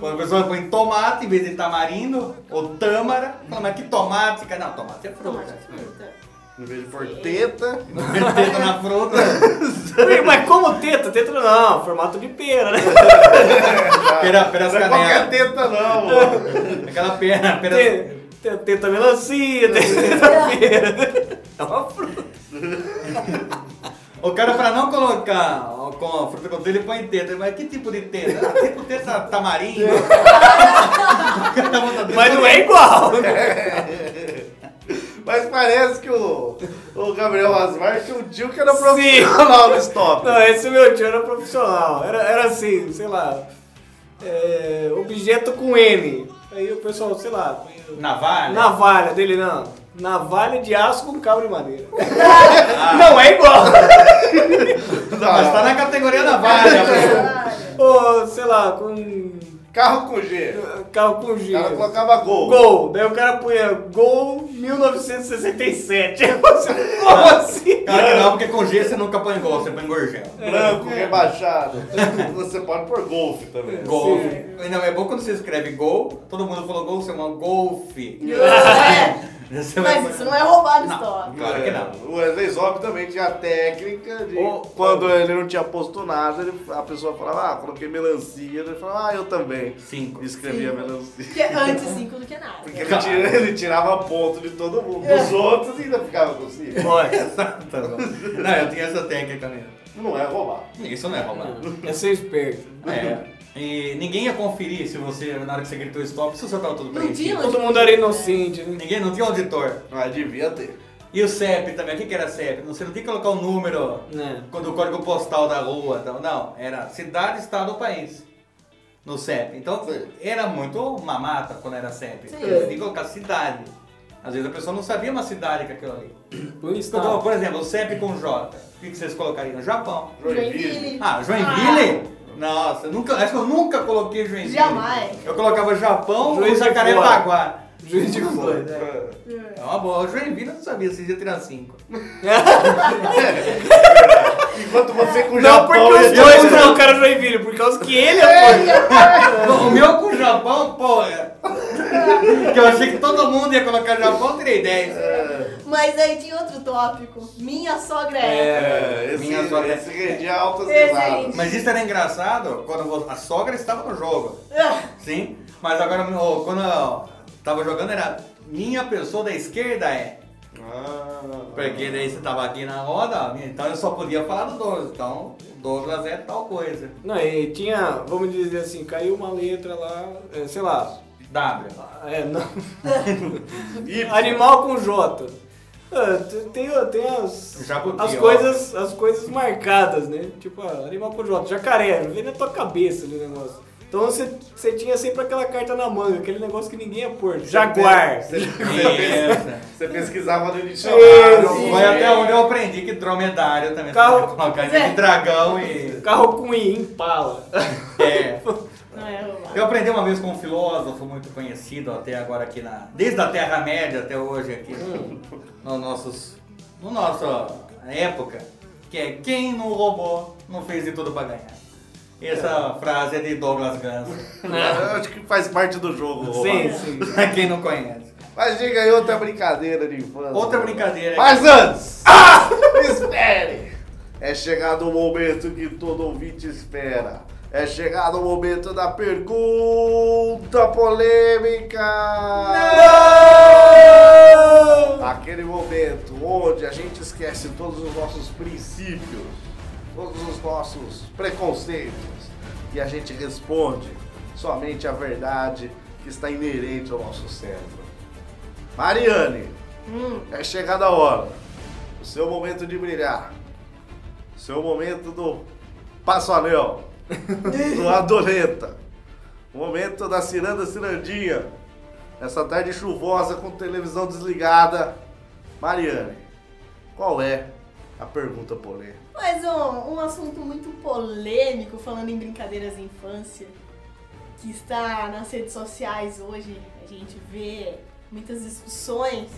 Speaker 5: Quando a pessoa põe tomate em vez de tamarindo ou tâmara, fala, mas que tomate? Cara, Não, tomate é fruta.
Speaker 3: Em vez de porteta.
Speaker 5: Tenta na fruta.
Speaker 4: Mas como teta? Teta não, formato de pera, né?
Speaker 5: Pera, pera as
Speaker 3: Não é qualquer
Speaker 5: canelas.
Speaker 3: teta, não. mano.
Speaker 5: Aquela pera, pera.
Speaker 4: Te- te- Teta melancia, teta pera. É uma fruta.
Speaker 5: O cara, pra não colocar ó, com a fruta com ele põe teta. Mas que tipo de teta? Ah, tipo teta tamarindo. O cara bota teta.
Speaker 4: Mas não é igual.
Speaker 3: Mas parece que o, o Gabriel Asmar tinha um tio que era profissional no stop.
Speaker 4: Não, esse meu tio era profissional. Era, era assim, sei lá. é, objeto com N. Aí o pessoal, sei lá.
Speaker 5: Navalha?
Speaker 4: Navalha dele, não. Navalha de aço com cabo de madeira. Não é igual.
Speaker 5: Mas tá na categoria navalha. pô.
Speaker 4: Ou, sei lá, com.
Speaker 3: Carro com G.
Speaker 4: Carro com
Speaker 3: O
Speaker 4: G.
Speaker 3: cara colocava gol.
Speaker 4: Gol. Daí o cara punha Gol 1967. Eu falei, Como
Speaker 3: Ah,
Speaker 4: assim?
Speaker 5: Claro que não, porque com G você nunca põe gol, você põe gorgel.
Speaker 3: Branco, rebaixado. Você pode pôr golfe também.
Speaker 5: Golfe. Não, é bom quando você escreve gol, todo mundo falou gol, você é um golfe.
Speaker 7: É.
Speaker 5: Você vai-
Speaker 7: Mas isso não é roubar no stop.
Speaker 5: Claro que não.
Speaker 3: O Wesley Zop também tinha a técnica de
Speaker 4: Ô,
Speaker 3: quando
Speaker 4: ô.
Speaker 3: ele não tinha posto nada, ele- a pessoa falava, ah, coloquei melancia, ele falava, ah, eu também.
Speaker 5: Cinco.
Speaker 3: E escrevia
Speaker 7: Sim.
Speaker 3: melancia.
Speaker 7: Porque antes cinco do que nada.
Speaker 3: Porque ele, tira- ele tirava ponto de todo mundo, dos outros e ainda ficava com cinco.
Speaker 4: Olha,
Speaker 5: Tá bom. Não, eu tinha essa técnica mesmo.
Speaker 3: Não é roubar.
Speaker 5: Isso não é roubar.
Speaker 4: é ser esperto.
Speaker 5: É. E ninguém ia conferir se você, na hora que você gritou stop, se o seu tava tudo
Speaker 7: Não
Speaker 5: preenchido.
Speaker 7: tinha
Speaker 4: Todo mundo era inocente, né?
Speaker 5: Ninguém, não tinha auditor.
Speaker 3: Mas devia ter.
Speaker 5: E o CEP também, o que que era CEP? Não, Você não tinha que colocar o número
Speaker 4: Né.
Speaker 5: do código postal da rua, tal. não, era cidade, estado ou país. No CEP. Então era muito mamata quando era CEP.
Speaker 7: Sim.
Speaker 5: Você tinha que colocar cidade. Às vezes a pessoa não sabia uma cidade que aquilo ali.
Speaker 4: Por isso,
Speaker 5: Então,
Speaker 4: tá.
Speaker 5: por exemplo, o CEP com J. O que que vocês colocariam? Japão.
Speaker 7: Joinville.
Speaker 5: Ah, Joinville? Nossa, nunca, acho que eu nunca coloquei Joinville.
Speaker 7: Jamais.
Speaker 5: Eu colocava Japão ou
Speaker 4: Juiz de
Speaker 5: Jacarepaguá.
Speaker 4: Juiz de fora.
Speaker 5: É uma boa. O Joinville eu não sabia se ia tirar 5.
Speaker 3: Enquanto você com o
Speaker 4: Não,
Speaker 3: Japão...
Speaker 4: porque os
Speaker 3: ele-
Speaker 4: dois colocaram Joinville, por causa que ele é foda.
Speaker 5: O meu com o Japão, porra. Que eu achei que todo mundo ia colocar Japão, eu tirei 10.
Speaker 7: Mas aí tinha outro tópico. Minha sogra é.
Speaker 3: É, esse,
Speaker 5: Minha sogra-
Speaker 3: esse rendia altas
Speaker 7: Esse
Speaker 3: risadas.
Speaker 7: aí.
Speaker 5: Mas isso era engraçado quando vo- a sogra estava no jogo.
Speaker 7: Ah,
Speaker 5: Sim. Mas agora, ô, quando eu tava jogando, era minha pessoa da esquerda é. Porque daí você tava aqui na roda, então eu só podia falar do Douglas. Então, o Douglas é tal coisa.
Speaker 4: Não, e tinha, vamos dizer assim, caiu uma letra lá, é, sei lá,
Speaker 5: W.
Speaker 4: é, não,
Speaker 3: Y.
Speaker 4: animal com J. Ah, t- Tem, tem
Speaker 3: Um
Speaker 4: as,
Speaker 5: Jabuti,
Speaker 4: as,
Speaker 5: ó.
Speaker 4: coisas, as coisas marcadas, né? Tipo, ah, animal com J, jacaré, vem na tua cabeça ali o negócio. Então você, você tinha sempre aquela carta na manga, aquele negócio que ninguém ia pôr. Jaguar.
Speaker 3: Você,
Speaker 5: Essa.
Speaker 3: você pesquisava no dicionário. algum
Speaker 5: Foi até
Speaker 3: jeito.
Speaker 5: onde eu aprendi que dromedário também
Speaker 4: Carro-
Speaker 5: você pode colocar entre dragão e.
Speaker 4: Carro com I, impala.
Speaker 3: Ah.
Speaker 5: É.
Speaker 7: Não é roubar.
Speaker 5: Eu aprendi uma vez com um filósofo muito conhecido até agora aqui na. Desde a Terra-média até hoje aqui no nossos. No nossa época, que é quem não roubou, não fez de tudo pra ganhar. Essa frase é de Douglas Guns,
Speaker 3: Eu acho que faz parte do jogo. Sim.
Speaker 4: Sim, sim.
Speaker 5: pra quem não conhece.
Speaker 3: Mas diga aí outra brincadeira de infância.
Speaker 5: Outra brincadeira
Speaker 3: Mas antes! Ah! Espere! É chegado o momento que todo ouvinte espera. É chegado o momento da pergunta polêmica! Não! Aquele momento onde a gente esquece todos os nossos princípios, todos os nossos preconceitos e a gente responde somente a verdade que está inerente ao nosso cérebro. Mariane,
Speaker 7: Hum.
Speaker 3: é chegada a hora, o seu momento de brilhar, o seu momento do passo anel, do adoleta, o momento da ciranda cirandinha, essa tarde chuvosa com televisão desligada. Mariane, qual é a pergunta polêmica?
Speaker 7: Mas um, um assunto muito polêmico, falando em brincadeiras de infância, que está nas redes sociais hoje, a gente vê muitas discussões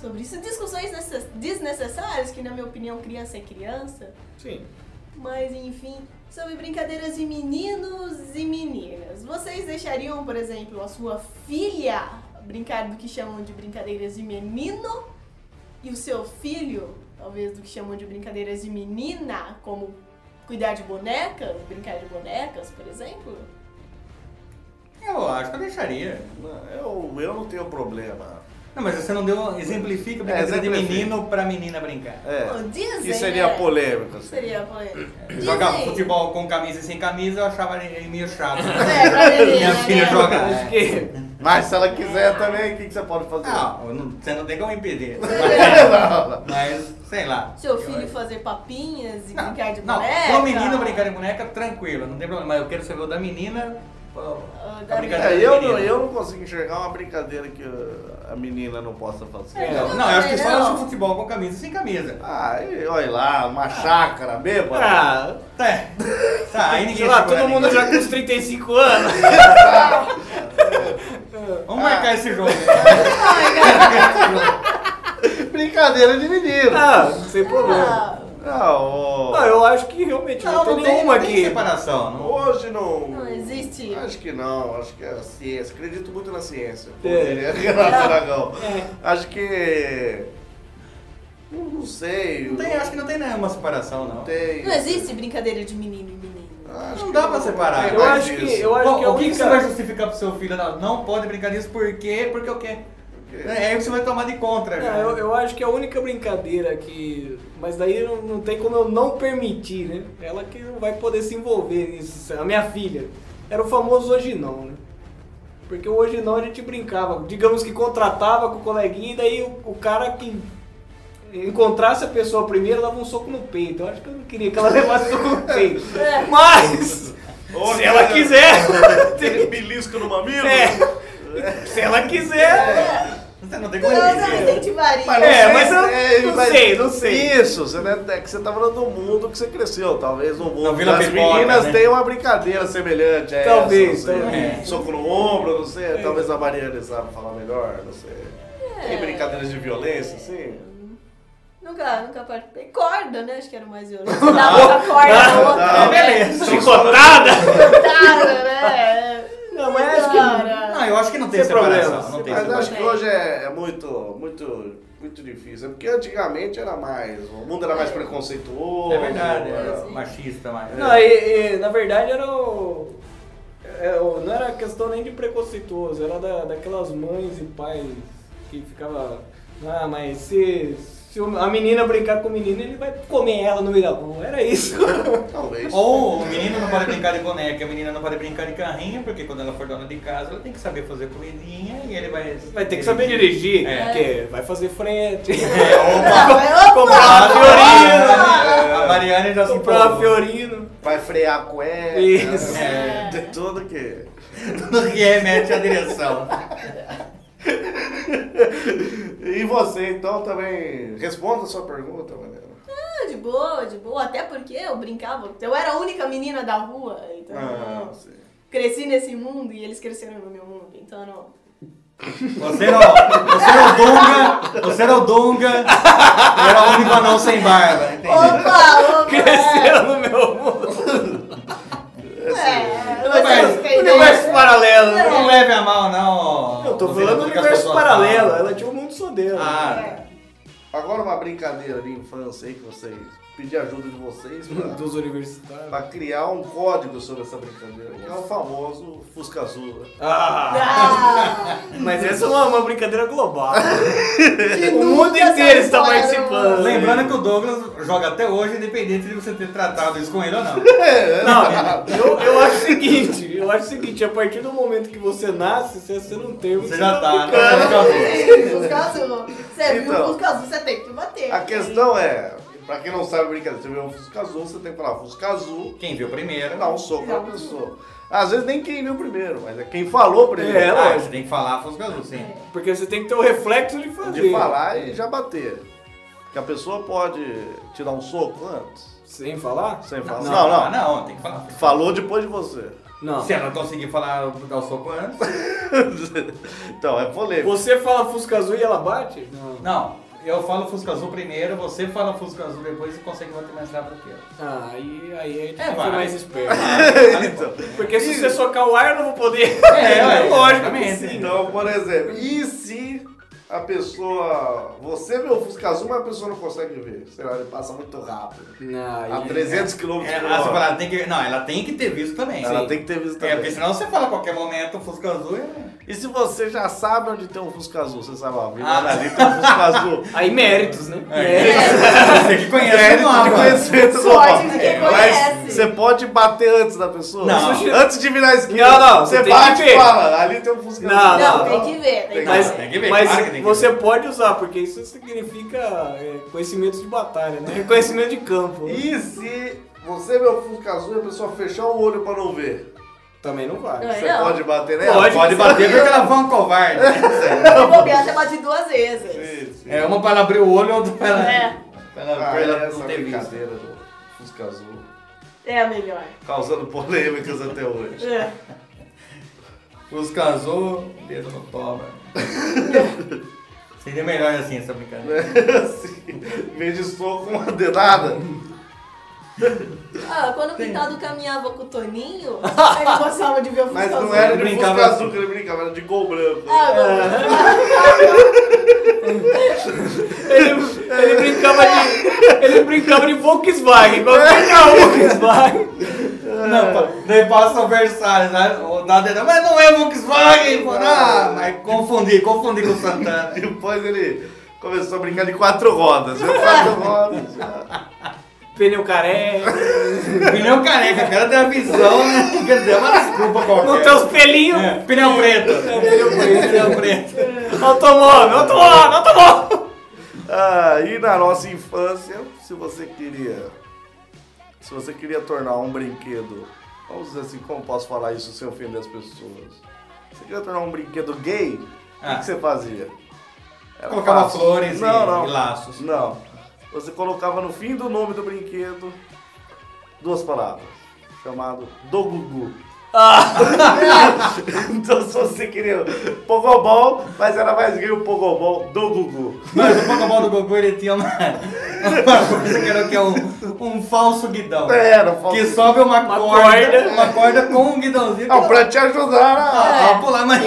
Speaker 7: sobre isso, discussões necess- desnecessárias, que na minha opinião criança é criança,
Speaker 4: Sim.
Speaker 7: mas enfim, sobre brincadeiras de meninos e meninas. Vocês deixariam, por exemplo, a sua filha brincar do que chamam de brincadeiras de menino e o seu filho, talvez do que chamam de brincadeiras de menina, como cuidar de bonecas, brincar de bonecas, por exemplo?
Speaker 5: Eu acho que eu deixaria.
Speaker 3: Não, Eu, eu não tenho problema.
Speaker 5: Não, mas você não deu. Exemplifica a
Speaker 4: É,
Speaker 5: brincadeira de
Speaker 3: exemplifica.
Speaker 5: menino pra menina brincar.
Speaker 3: É.
Speaker 7: Bom, dizem,
Speaker 3: Isso seria
Speaker 7: né?
Speaker 3: polêmico. assim.
Speaker 7: Seria polêmica.
Speaker 5: Uhum. Jogar
Speaker 7: Dizem-
Speaker 5: futebol com camisa e sem camisa eu achava ele meio chato.
Speaker 7: É, pra menina,
Speaker 5: Minha
Speaker 7: né?
Speaker 5: filha joga.
Speaker 4: Acho que
Speaker 3: Mas se ela quiser também, o que, que você pode fazer?
Speaker 7: Ah.
Speaker 5: Não, eu não- você não tem como impedir.
Speaker 3: Não, não.
Speaker 5: Mas, sei lá.
Speaker 7: Seu
Speaker 5: Eu
Speaker 7: filho
Speaker 5: acho-
Speaker 7: fazer papinhas e
Speaker 5: Não,
Speaker 7: brincar de
Speaker 5: não,
Speaker 7: boneca.
Speaker 5: pro menino brincar de boneca, tranquilo, não tem problema. Mas eu quero saber o da menina. ó,
Speaker 7: Ah,
Speaker 5: a
Speaker 7: da
Speaker 5: brincadeira
Speaker 3: É,
Speaker 5: de
Speaker 3: eu, não,
Speaker 5: menino.
Speaker 3: eu não consigo enxergar uma brincadeira que uh, a menina não possa fazer.
Speaker 5: Não,
Speaker 7: não,
Speaker 5: não, eu acho que
Speaker 7: não.
Speaker 5: só se futebol com camisa e sem camisa.
Speaker 3: Ah, e olha lá, uma chácara bêbada.
Speaker 4: Ah,
Speaker 5: É. Tá, aí ninguém
Speaker 4: sei lá,
Speaker 5: segura
Speaker 4: todo mundo
Speaker 5: ninguém.
Speaker 4: já com uns 35 anos.
Speaker 5: Vamos
Speaker 4: Ah.
Speaker 5: marcar esse jogo.
Speaker 3: Brincadeira de menino.
Speaker 4: Ah, sem
Speaker 7: Ah,
Speaker 4: problema.
Speaker 3: Não, ô,
Speaker 4: Não, eu acho que realmente não, tem nenhuma
Speaker 5: tem
Speaker 4: aqui.
Speaker 5: separação. Não.
Speaker 3: hoje não.
Speaker 7: não existe.
Speaker 3: Acho que não, acho que é a ciência. Acredito muito na ciência. como
Speaker 4: É.
Speaker 3: diria Renato Aragão. Acho que. Não, não sei.
Speaker 5: Não tem, acho que não tem nenhuma separação, não.
Speaker 3: tem.
Speaker 7: Não existe brincadeira de menino e menina.
Speaker 3: Acho
Speaker 5: Não
Speaker 3: que
Speaker 5: dá pra separar.
Speaker 3: tem
Speaker 4: Eu
Speaker 3: mais
Speaker 4: acho que,
Speaker 3: disso.
Speaker 4: eu acho
Speaker 5: Bom,
Speaker 4: que é a
Speaker 5: o que, que
Speaker 4: única...
Speaker 5: você vai justificar pro seu filho? Não, não pode brincar disso, por quê? Porque eu quero. É aí você vai tomar de contra. né? já.
Speaker 4: Não, eu, eu acho que é a única brincadeira que. Mas daí não, não tem como eu não permitir, né? Ela que não vai poder se envolver nisso. A minha filha. Era o famoso hoje não, né? Porque o hoje não a gente brincava. Digamos que contratava com o coleguinha e daí o, o cara que encontrasse a pessoa primeiro dava um soco no peito. Eu acho que eu não queria que ela levasse soco no peito.
Speaker 7: É.
Speaker 4: Mas.
Speaker 3: Ô,
Speaker 4: se ela
Speaker 3: cara,
Speaker 4: quiser.
Speaker 3: Aquele belisco no mamilo?
Speaker 4: É. Se ela quiser.
Speaker 5: Você não tem
Speaker 7: Não,
Speaker 5: como
Speaker 7: não
Speaker 5: dizer.
Speaker 7: incentivaria. né?
Speaker 3: Mas não
Speaker 4: É,
Speaker 3: sei se-
Speaker 4: mas eu não sei, não sei.
Speaker 3: Isso, você, né, é que você tá falando do mundo que você cresceu. Talvez o mundo
Speaker 5: Na Vila
Speaker 3: das
Speaker 5: Pipoca,
Speaker 3: meninas
Speaker 5: né?
Speaker 3: tenha uma brincadeira semelhante a
Speaker 4: Talvez,
Speaker 3: essa. não sei.
Speaker 4: talvez. É.
Speaker 3: Soco no ombro, não sei. Talvez a Mariana sabe falar melhor, não sei. Tem brincadeiras de violência, assim? sim.
Speaker 7: Nunca, nunca participei. Corda, né? Acho que era o mais violento. Você dava uma corda na outra.
Speaker 3: não,
Speaker 7: né?
Speaker 5: beleza.
Speaker 4: Chicotada!
Speaker 7: Cortada, né?
Speaker 4: Não, mas acho que-
Speaker 5: Não, eu acho que não tem
Speaker 4: Sem
Speaker 5: separação.
Speaker 4: problema,
Speaker 5: não
Speaker 4: sem
Speaker 5: tem
Speaker 3: Mas
Speaker 5: separação.
Speaker 3: acho que hoje é, é muito, muito, muito difícil. é Porque antigamente era mais. O mundo era mais preconceituoso.
Speaker 5: É verdade,
Speaker 3: era-
Speaker 5: é machista, mas.
Speaker 4: Não, e, e, na verdade era o, é, o- Não era questão nem de preconceituoso, era da, daquelas mães e pais que ficava. Ah, mas se, se o- a menina brincar com o menino, ele vai comer ela no meio da rua. Era isso.
Speaker 3: Talvez.
Speaker 5: Ou o menino não pode brincar de boneca, a menina não pode brincar de carrinho, porque quando ela for dona de casa, ela tem que saber fazer comidinha e ele vai.
Speaker 4: Vai ter que saber dirigir,
Speaker 5: É.
Speaker 4: porque vai fazer frente.
Speaker 5: É, opa!
Speaker 7: Não,
Speaker 5: Ah,
Speaker 4: Comprar uma Fiorino!
Speaker 5: A Mariana já se
Speaker 4: Comprar uma
Speaker 5: empolgou.
Speaker 4: Fiorino.
Speaker 3: Vai frear a cueca. né?
Speaker 4: Isso.
Speaker 5: É.
Speaker 3: De tudo que.
Speaker 5: Tudo que remete à direção.
Speaker 3: E você, então, também responda a sua pergunta, Mariana.
Speaker 7: Ah, de boa, de boa. Até porque eu brincava. Eu era a única menina da rua. Então,
Speaker 3: Ah, sim.
Speaker 7: cresci nesse mundo e eles cresceram no meu mundo. Então, não.
Speaker 5: Você era, você era o Dunga, você era o Dunga, eu era o único anão sem barba, entende?
Speaker 7: Opa, é. opa!
Speaker 4: Cresceu no meu mundo.
Speaker 7: É,
Speaker 5: Mas-
Speaker 7: vocês têm
Speaker 4: Universo
Speaker 7: ideia.
Speaker 4: paralelo. né?
Speaker 5: Não leve a mal, não.
Speaker 4: Eu tô
Speaker 5: Você
Speaker 4: falando
Speaker 5: não
Speaker 4: do
Speaker 5: fica
Speaker 4: universo
Speaker 5: com as pessoas
Speaker 4: paralelo,
Speaker 5: falando.
Speaker 4: ela tinha um mundo só dela.
Speaker 5: Ah,
Speaker 3: Agora uma brincadeira de infância aí que vocês pedir ajuda de vocês pra,
Speaker 4: Dos universitários.
Speaker 3: pra criar um código sobre essa brincadeira, que é o famoso Fusca Azul.
Speaker 4: Ah,
Speaker 7: Ah,
Speaker 4: mas essa é uma, uma brincadeira global.
Speaker 7: que
Speaker 4: o mundo
Speaker 7: nunca
Speaker 4: inteiro está
Speaker 7: safaram.
Speaker 4: participando.
Speaker 5: Lembrando que o Douglas joga até hoje, independente de você ter tratado isso com ele ou não.
Speaker 4: Não, eu, eu acho o seguinte, eu acho o seguinte, a partir do momento que você nasce, você, você não tem
Speaker 5: Você já tá, né?
Speaker 7: Fusca azul. Você viu
Speaker 3: Então.
Speaker 7: o Fusca azul, você tem que bater.
Speaker 3: A questão é, pra quem não sabe brincadeira, você vê um Fusca Azul, você tem que falar Fusca Azul,
Speaker 5: Quem viu primeiro.
Speaker 3: dar um soco na pessoa. Às vezes nem quem viu primeiro, mas é quem falou primeiro.
Speaker 4: É,
Speaker 5: Ah,
Speaker 4: lógico.
Speaker 5: você tem que falar Fusca Azul, sim.
Speaker 4: Porque você tem que ter o reflexo de fazer.
Speaker 3: de falar
Speaker 5: É.
Speaker 3: e já bater. Que a pessoa pode te dar um soco antes,
Speaker 4: Sem falar?
Speaker 3: sem falar.
Speaker 5: Ah,
Speaker 3: Não, não.
Speaker 5: Não, tem que falar.
Speaker 3: Falou depois de você.
Speaker 4: Não.
Speaker 5: Se ela não conseguir falar, dar o soco antes.
Speaker 3: então, é polêmico.
Speaker 4: Você fala Fusca Azul e ela bate? Não.
Speaker 5: Não, eu falo Fusca Azul primeiro, você fala Fusca Azul depois e consegue bater mais rápido que eu.
Speaker 4: Ah, aí, aí a gente
Speaker 5: É,
Speaker 4: tem que
Speaker 5: vai.
Speaker 4: ser mais esperto.
Speaker 3: Então,
Speaker 4: Porque se você socar o ar, eu não vou poder.
Speaker 5: É, ué,
Speaker 4: lógico.
Speaker 5: exatamente.
Speaker 4: que sim.
Speaker 3: então, por exemplo, e se a pessoa. Você vê o Fusca Azul, mas a pessoa não consegue ver. Sei lá, ele passa muito rápido.
Speaker 4: Não,
Speaker 3: A
Speaker 4: aí-
Speaker 3: 300 km por
Speaker 5: É, ah, você
Speaker 3: hora.
Speaker 5: fala, ela tem que, não, ela tem que ter visto também.
Speaker 3: Ela
Speaker 5: Sim.
Speaker 3: tem que ter visto
Speaker 5: É, porque
Speaker 3: também.
Speaker 5: senão você fala a qualquer momento Fusca Azul é...
Speaker 3: E se você já sabe onde tem um Fusca Azul, você sabe, ó, vira
Speaker 5: Ah.
Speaker 3: ali, tem um Fusca Azul.
Speaker 4: Aí méritos, né?
Speaker 5: É. Você que
Speaker 3: É,
Speaker 5: conhece o
Speaker 3: ele pode
Speaker 5: mapa.
Speaker 3: conhecer esse
Speaker 7: Sorte
Speaker 3: nome.
Speaker 7: de quem
Speaker 3: Mas
Speaker 7: conhece.
Speaker 3: você pode bater antes da pessoa?
Speaker 5: Não.
Speaker 3: Sushi- Antes de virar a esquina.
Speaker 4: Não, não,
Speaker 3: Você
Speaker 4: tem que
Speaker 3: bate e
Speaker 4: ver.
Speaker 3: fala. Ali tem um Fusca
Speaker 4: Não,
Speaker 3: Azul.
Speaker 7: não, tem que ver, tem que
Speaker 4: Mas,
Speaker 5: Tem que ver,
Speaker 4: mas
Speaker 5: claro que tem que
Speaker 4: você
Speaker 5: ver.
Speaker 4: pode usar, porque isso significa é, conhecimento de batalha,
Speaker 5: É.
Speaker 4: né? Conhecimento de campo. né?
Speaker 3: E se você vê o Fusca Azul e a pessoa fechar o olho pra não ver?
Speaker 4: Também não vale.
Speaker 7: Não,
Speaker 3: Você
Speaker 7: não.
Speaker 3: pode bater nela?
Speaker 4: Lógico.
Speaker 5: Pode bater porque ela foi uma covarde.
Speaker 7: Eu vou ver até bater duas vezes.
Speaker 3: Sim, sim.
Speaker 5: É, uma pra ela abrir o olho, outra pra ela,
Speaker 7: É,
Speaker 5: pra ela,
Speaker 3: Ah,
Speaker 5: pra ela
Speaker 3: essa
Speaker 5: não ter visto.
Speaker 3: brincadeira do Fusca Azul.
Speaker 7: é a melhor.
Speaker 3: Causando polêmicas até hoje.
Speaker 7: É.
Speaker 5: Fusca Azul, dedo no toma. Seria melhor assim essa brincadeira.
Speaker 3: Assim, em vez de soco, uma dedada.
Speaker 7: Ah, quando o Pintado caminhava com o Toninho, ele gostava de ver o Fusca
Speaker 3: Mas não
Speaker 7: azul.
Speaker 3: era
Speaker 5: Ele
Speaker 3: de
Speaker 5: brincava
Speaker 3: Fusca
Speaker 5: assim.
Speaker 3: Azul que ele brincava, era de gol branco.
Speaker 7: Ah, meu Deus.
Speaker 4: Ele, ele brincava de. Ele brincava de Volkswagen,
Speaker 5: É.
Speaker 4: qualquer carro Volkswagen.
Speaker 5: Não, pá, daí passa o Versalhes, né? O Dadedão, mas não é Volkswagen, pô, ah, mas confundi, confundi com o Santana.
Speaker 3: Depois ele começou a brincar de quatro rodas. viu? Quatro rodas. já.
Speaker 4: Pneu careca,
Speaker 5: Pneu careca, o cara tem uma visão, né? Quer dizer, é uma desculpa qualquer.
Speaker 4: não tem os pelinhos.
Speaker 5: É, Pneu preto. Pneu preto. Pneu preto.
Speaker 4: Automóvel, automóvel, automóvel.
Speaker 3: Ah, e na nossa infância, se você queria. Se você queria tornar um brinquedo. Vamos dizer assim, como posso falar isso sem ofender as pessoas? Se você queria tornar um brinquedo gay, o
Speaker 5: Ah.
Speaker 3: que que você fazia? Era
Speaker 5: Colocava
Speaker 3: É fácil.
Speaker 5: flores e-
Speaker 3: não, não.
Speaker 5: e laços.
Speaker 3: Não. Você colocava no fim do nome do brinquedo duas palavras. Chamado do Gugu.
Speaker 5: Ah!
Speaker 3: então se você queria Pogobol, mas era mais gay o Pogobol do Gugu.
Speaker 5: Mas o Pokéball do Goku, ele tinha uma, uma coisa que era o que é um, um falso guidão.
Speaker 3: Era, falso
Speaker 5: Que sobe uma,
Speaker 4: Uma
Speaker 5: corda,
Speaker 4: corda.
Speaker 5: uma corda com um guidãozinho.
Speaker 3: Não,
Speaker 5: que
Speaker 3: É pra te ajudar a...
Speaker 5: ela- a pular, mas...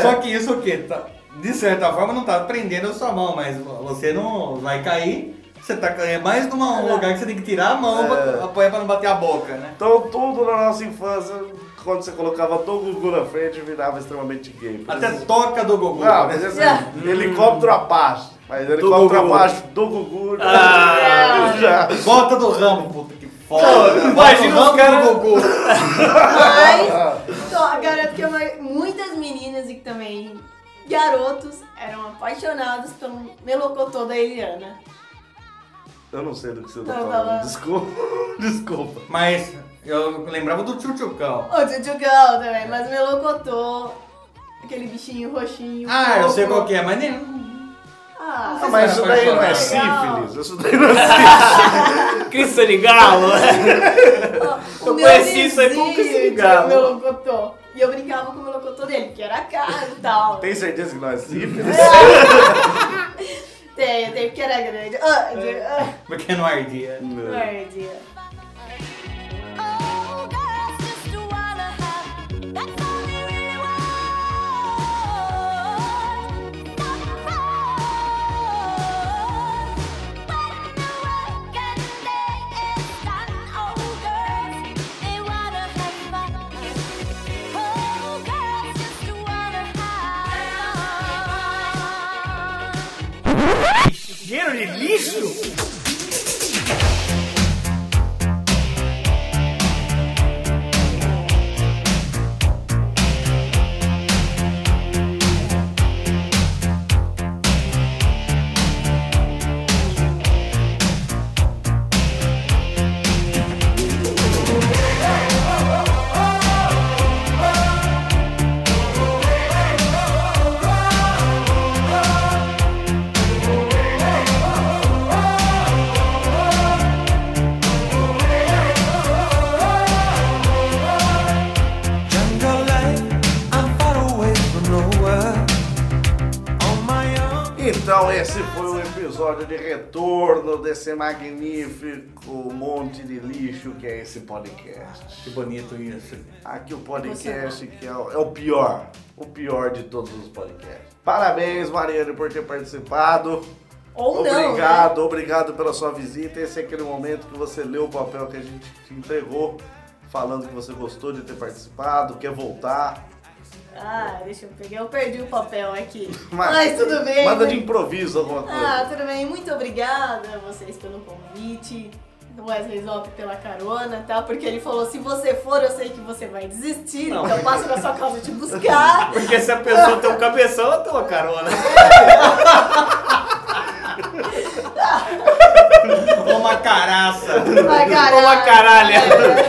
Speaker 5: Só que isso o quê? Tá- de certa forma não tá prendendo a sua mão, mas você não vai cair. Você tá é mais numa, um lugar que você tem que tirar a mão
Speaker 3: É.
Speaker 5: pra apoiar pra não bater a boca, né?
Speaker 3: Então tudo na nossa infância, quando você colocava do Gugu na frente, virava extremamente gay. Por
Speaker 5: Até
Speaker 3: exemplo.
Speaker 5: toca do né? Goku.
Speaker 3: Não, mas esse é helicóptero abaixo. Mas helicóptero
Speaker 4: Gugu.
Speaker 3: abaixo do Gugu. né?
Speaker 4: Ah.
Speaker 3: já.
Speaker 5: Bota do Rambo, puta que foda. Bota
Speaker 4: imagina
Speaker 5: do
Speaker 4: os
Speaker 5: Rambo
Speaker 4: cara-
Speaker 5: do Goku.
Speaker 3: Ah,
Speaker 7: Mas, tô, garanto que a mai- muitas meninas e também garotos eram apaixonados pelo melocotô da Eliana.
Speaker 3: Eu não sei do que você tá
Speaker 7: Não,
Speaker 3: falando.
Speaker 7: não.
Speaker 3: Desculpa. Desculpa.
Speaker 5: Mas eu lembrava do Tchutchucão.
Speaker 7: O Jujugão também, tá mas o melocotô, aquele bichinho roxinho.
Speaker 5: Ah, eu sei
Speaker 7: fofo.
Speaker 5: qual que é, mas nem...
Speaker 7: Ah,
Speaker 3: Ah, mas
Speaker 5: você
Speaker 3: isso
Speaker 5: era
Speaker 3: daí não é
Speaker 7: apaixonado.
Speaker 3: sífilis. Isso daí não é sífilis.
Speaker 4: Crista de galo. é.
Speaker 7: O
Speaker 4: Eu
Speaker 7: meu
Speaker 4: conheci isso aí, como que se
Speaker 7: vizinho
Speaker 4: ligava?
Speaker 7: tinha meu locotô. E eu brincava com o meu locotô dele, que era caro e tal.
Speaker 3: Tem certeza que não é sífilis?
Speaker 7: Tem, tem, porque era grande. Ah, de-
Speaker 3: É.
Speaker 7: ah,
Speaker 5: Porque não ardia.
Speaker 7: verde.
Speaker 9: Oh, girls just wanna have. That's all they really want. Some fun.
Speaker 2: Cheiro de lixo?
Speaker 8: Jungle life, I'm far away from nowhere. On my own.
Speaker 3: Então esse foi o episódio de retorno desse magnífico monte de lixo que é esse podcast.
Speaker 5: Que bonito isso.
Speaker 3: Aqui o podcast que é o, é o pior, o pior de todos os podcasts. Parabéns, Mariane, por ter participado.
Speaker 7: Ou não, né?
Speaker 3: obrigado, obrigado pela sua visita. Esse é aquele momento que você leu o papel que a gente te entregou, falando que você gostou de ter participado, quer voltar.
Speaker 7: Ah, deixa eu pegar. Eu perdi o papel aqui.
Speaker 3: Mas-
Speaker 7: Mas, tudo bem.
Speaker 3: Manda
Speaker 7: né?
Speaker 3: de improviso alguma coisa.
Speaker 7: Ah, tudo bem. Muito obrigada a vocês pelo convite. O Wesley Zop pela carona, tá? Porque ele falou, se você for, eu sei que você vai desistir, então eu passo na sua casa te buscar.
Speaker 4: Porque se a pessoa tem um cabeção, ela tem uma carona.
Speaker 5: Uma caraça.
Speaker 7: Vai, caralho.
Speaker 4: Uma caralha.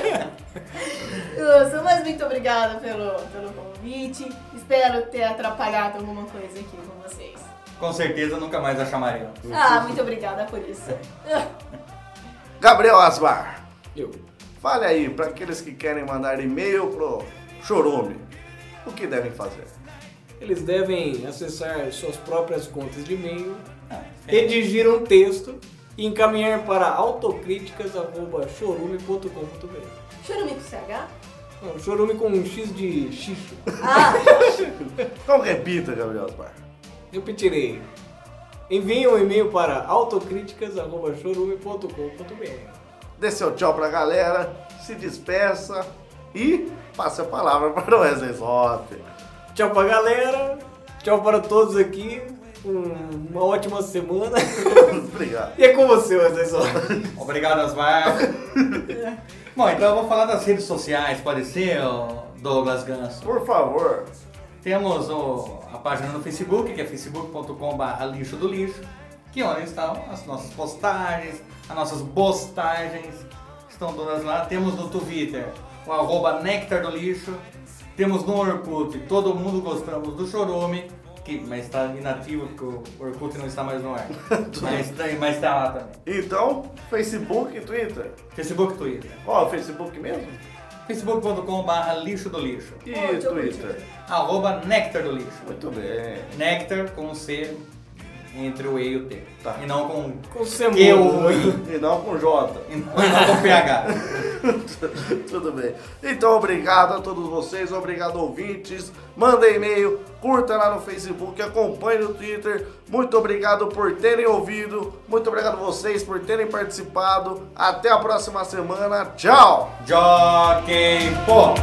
Speaker 7: Isso, mas muito obrigada pelo, pelo convite. Espero ter atrapalhado alguma coisa aqui com vocês.
Speaker 5: Com certeza nunca mais a chamarei.
Speaker 7: Ah, muito obrigada por isso.
Speaker 3: É. Gabriel Asmar.
Speaker 4: Eu.
Speaker 3: Fale aí, para aqueles que querem mandar e-mail pro Chorume, o que devem fazer?
Speaker 4: Eles devem acessar suas próprias contas de e-mail, redigir um texto e encaminhar para autocríticas.chorume.com.br.
Speaker 7: Chorume com CH?
Speaker 4: Não, chorume com um X de xixo.
Speaker 7: Ah,
Speaker 3: Então repita, Gabriel Asmar.
Speaker 4: Repetirei. Envie um e-mail para autocríticas.chorume.com.br.
Speaker 3: Dê seu tchau pra galera, se despeça e passe a palavra para o Wesley Zop.
Speaker 4: Tchau pra galera. Tchau para todos aqui. Um- Uma ótima semana.
Speaker 3: Obrigado.
Speaker 4: e é com você, Wesley Zó.
Speaker 5: Obrigado, Asmar. Bom, então eu vou falar das redes sociais, pode ser, ô Douglas Ganso?
Speaker 3: Por favor,
Speaker 5: Temos o- a página no Facebook, que é facebook.com.br lixo do lixo, que é onde estão as nossas postagens, as nossas bostagens, estão todas lá. Temos no Twitter o arroba Nectar do Lixo, temos no Orkut, todo mundo gostamos do Chorume, que, mas está inativo porque o Orkut não está mais no ar, mas, tem- mas está lá também.
Speaker 3: então, Facebook e Twitter.
Speaker 5: Facebook e Twitter.
Speaker 3: Ó, o Facebook mesmo?
Speaker 5: facebook.com.br lixo do lixo.
Speaker 3: E
Speaker 7: Ó, deixa eu
Speaker 3: Twitter.
Speaker 5: Arroba Nectar do lixo.
Speaker 3: Muito bem.
Speaker 5: Nectar com C entre o E e o T.
Speaker 3: Tá.
Speaker 5: E não com
Speaker 4: Com semana.
Speaker 5: Q, U, I.
Speaker 3: E não com J.
Speaker 5: E não com PH.
Speaker 3: Tudo bem. Então, obrigado a todos vocês, obrigado ouvintes. Manda e-mail, curta lá no Facebook, acompanhe no Twitter. Muito obrigado por terem ouvido, muito obrigado vocês por terem participado. Até a próxima semana. Tchau!
Speaker 5: Jockey Pop.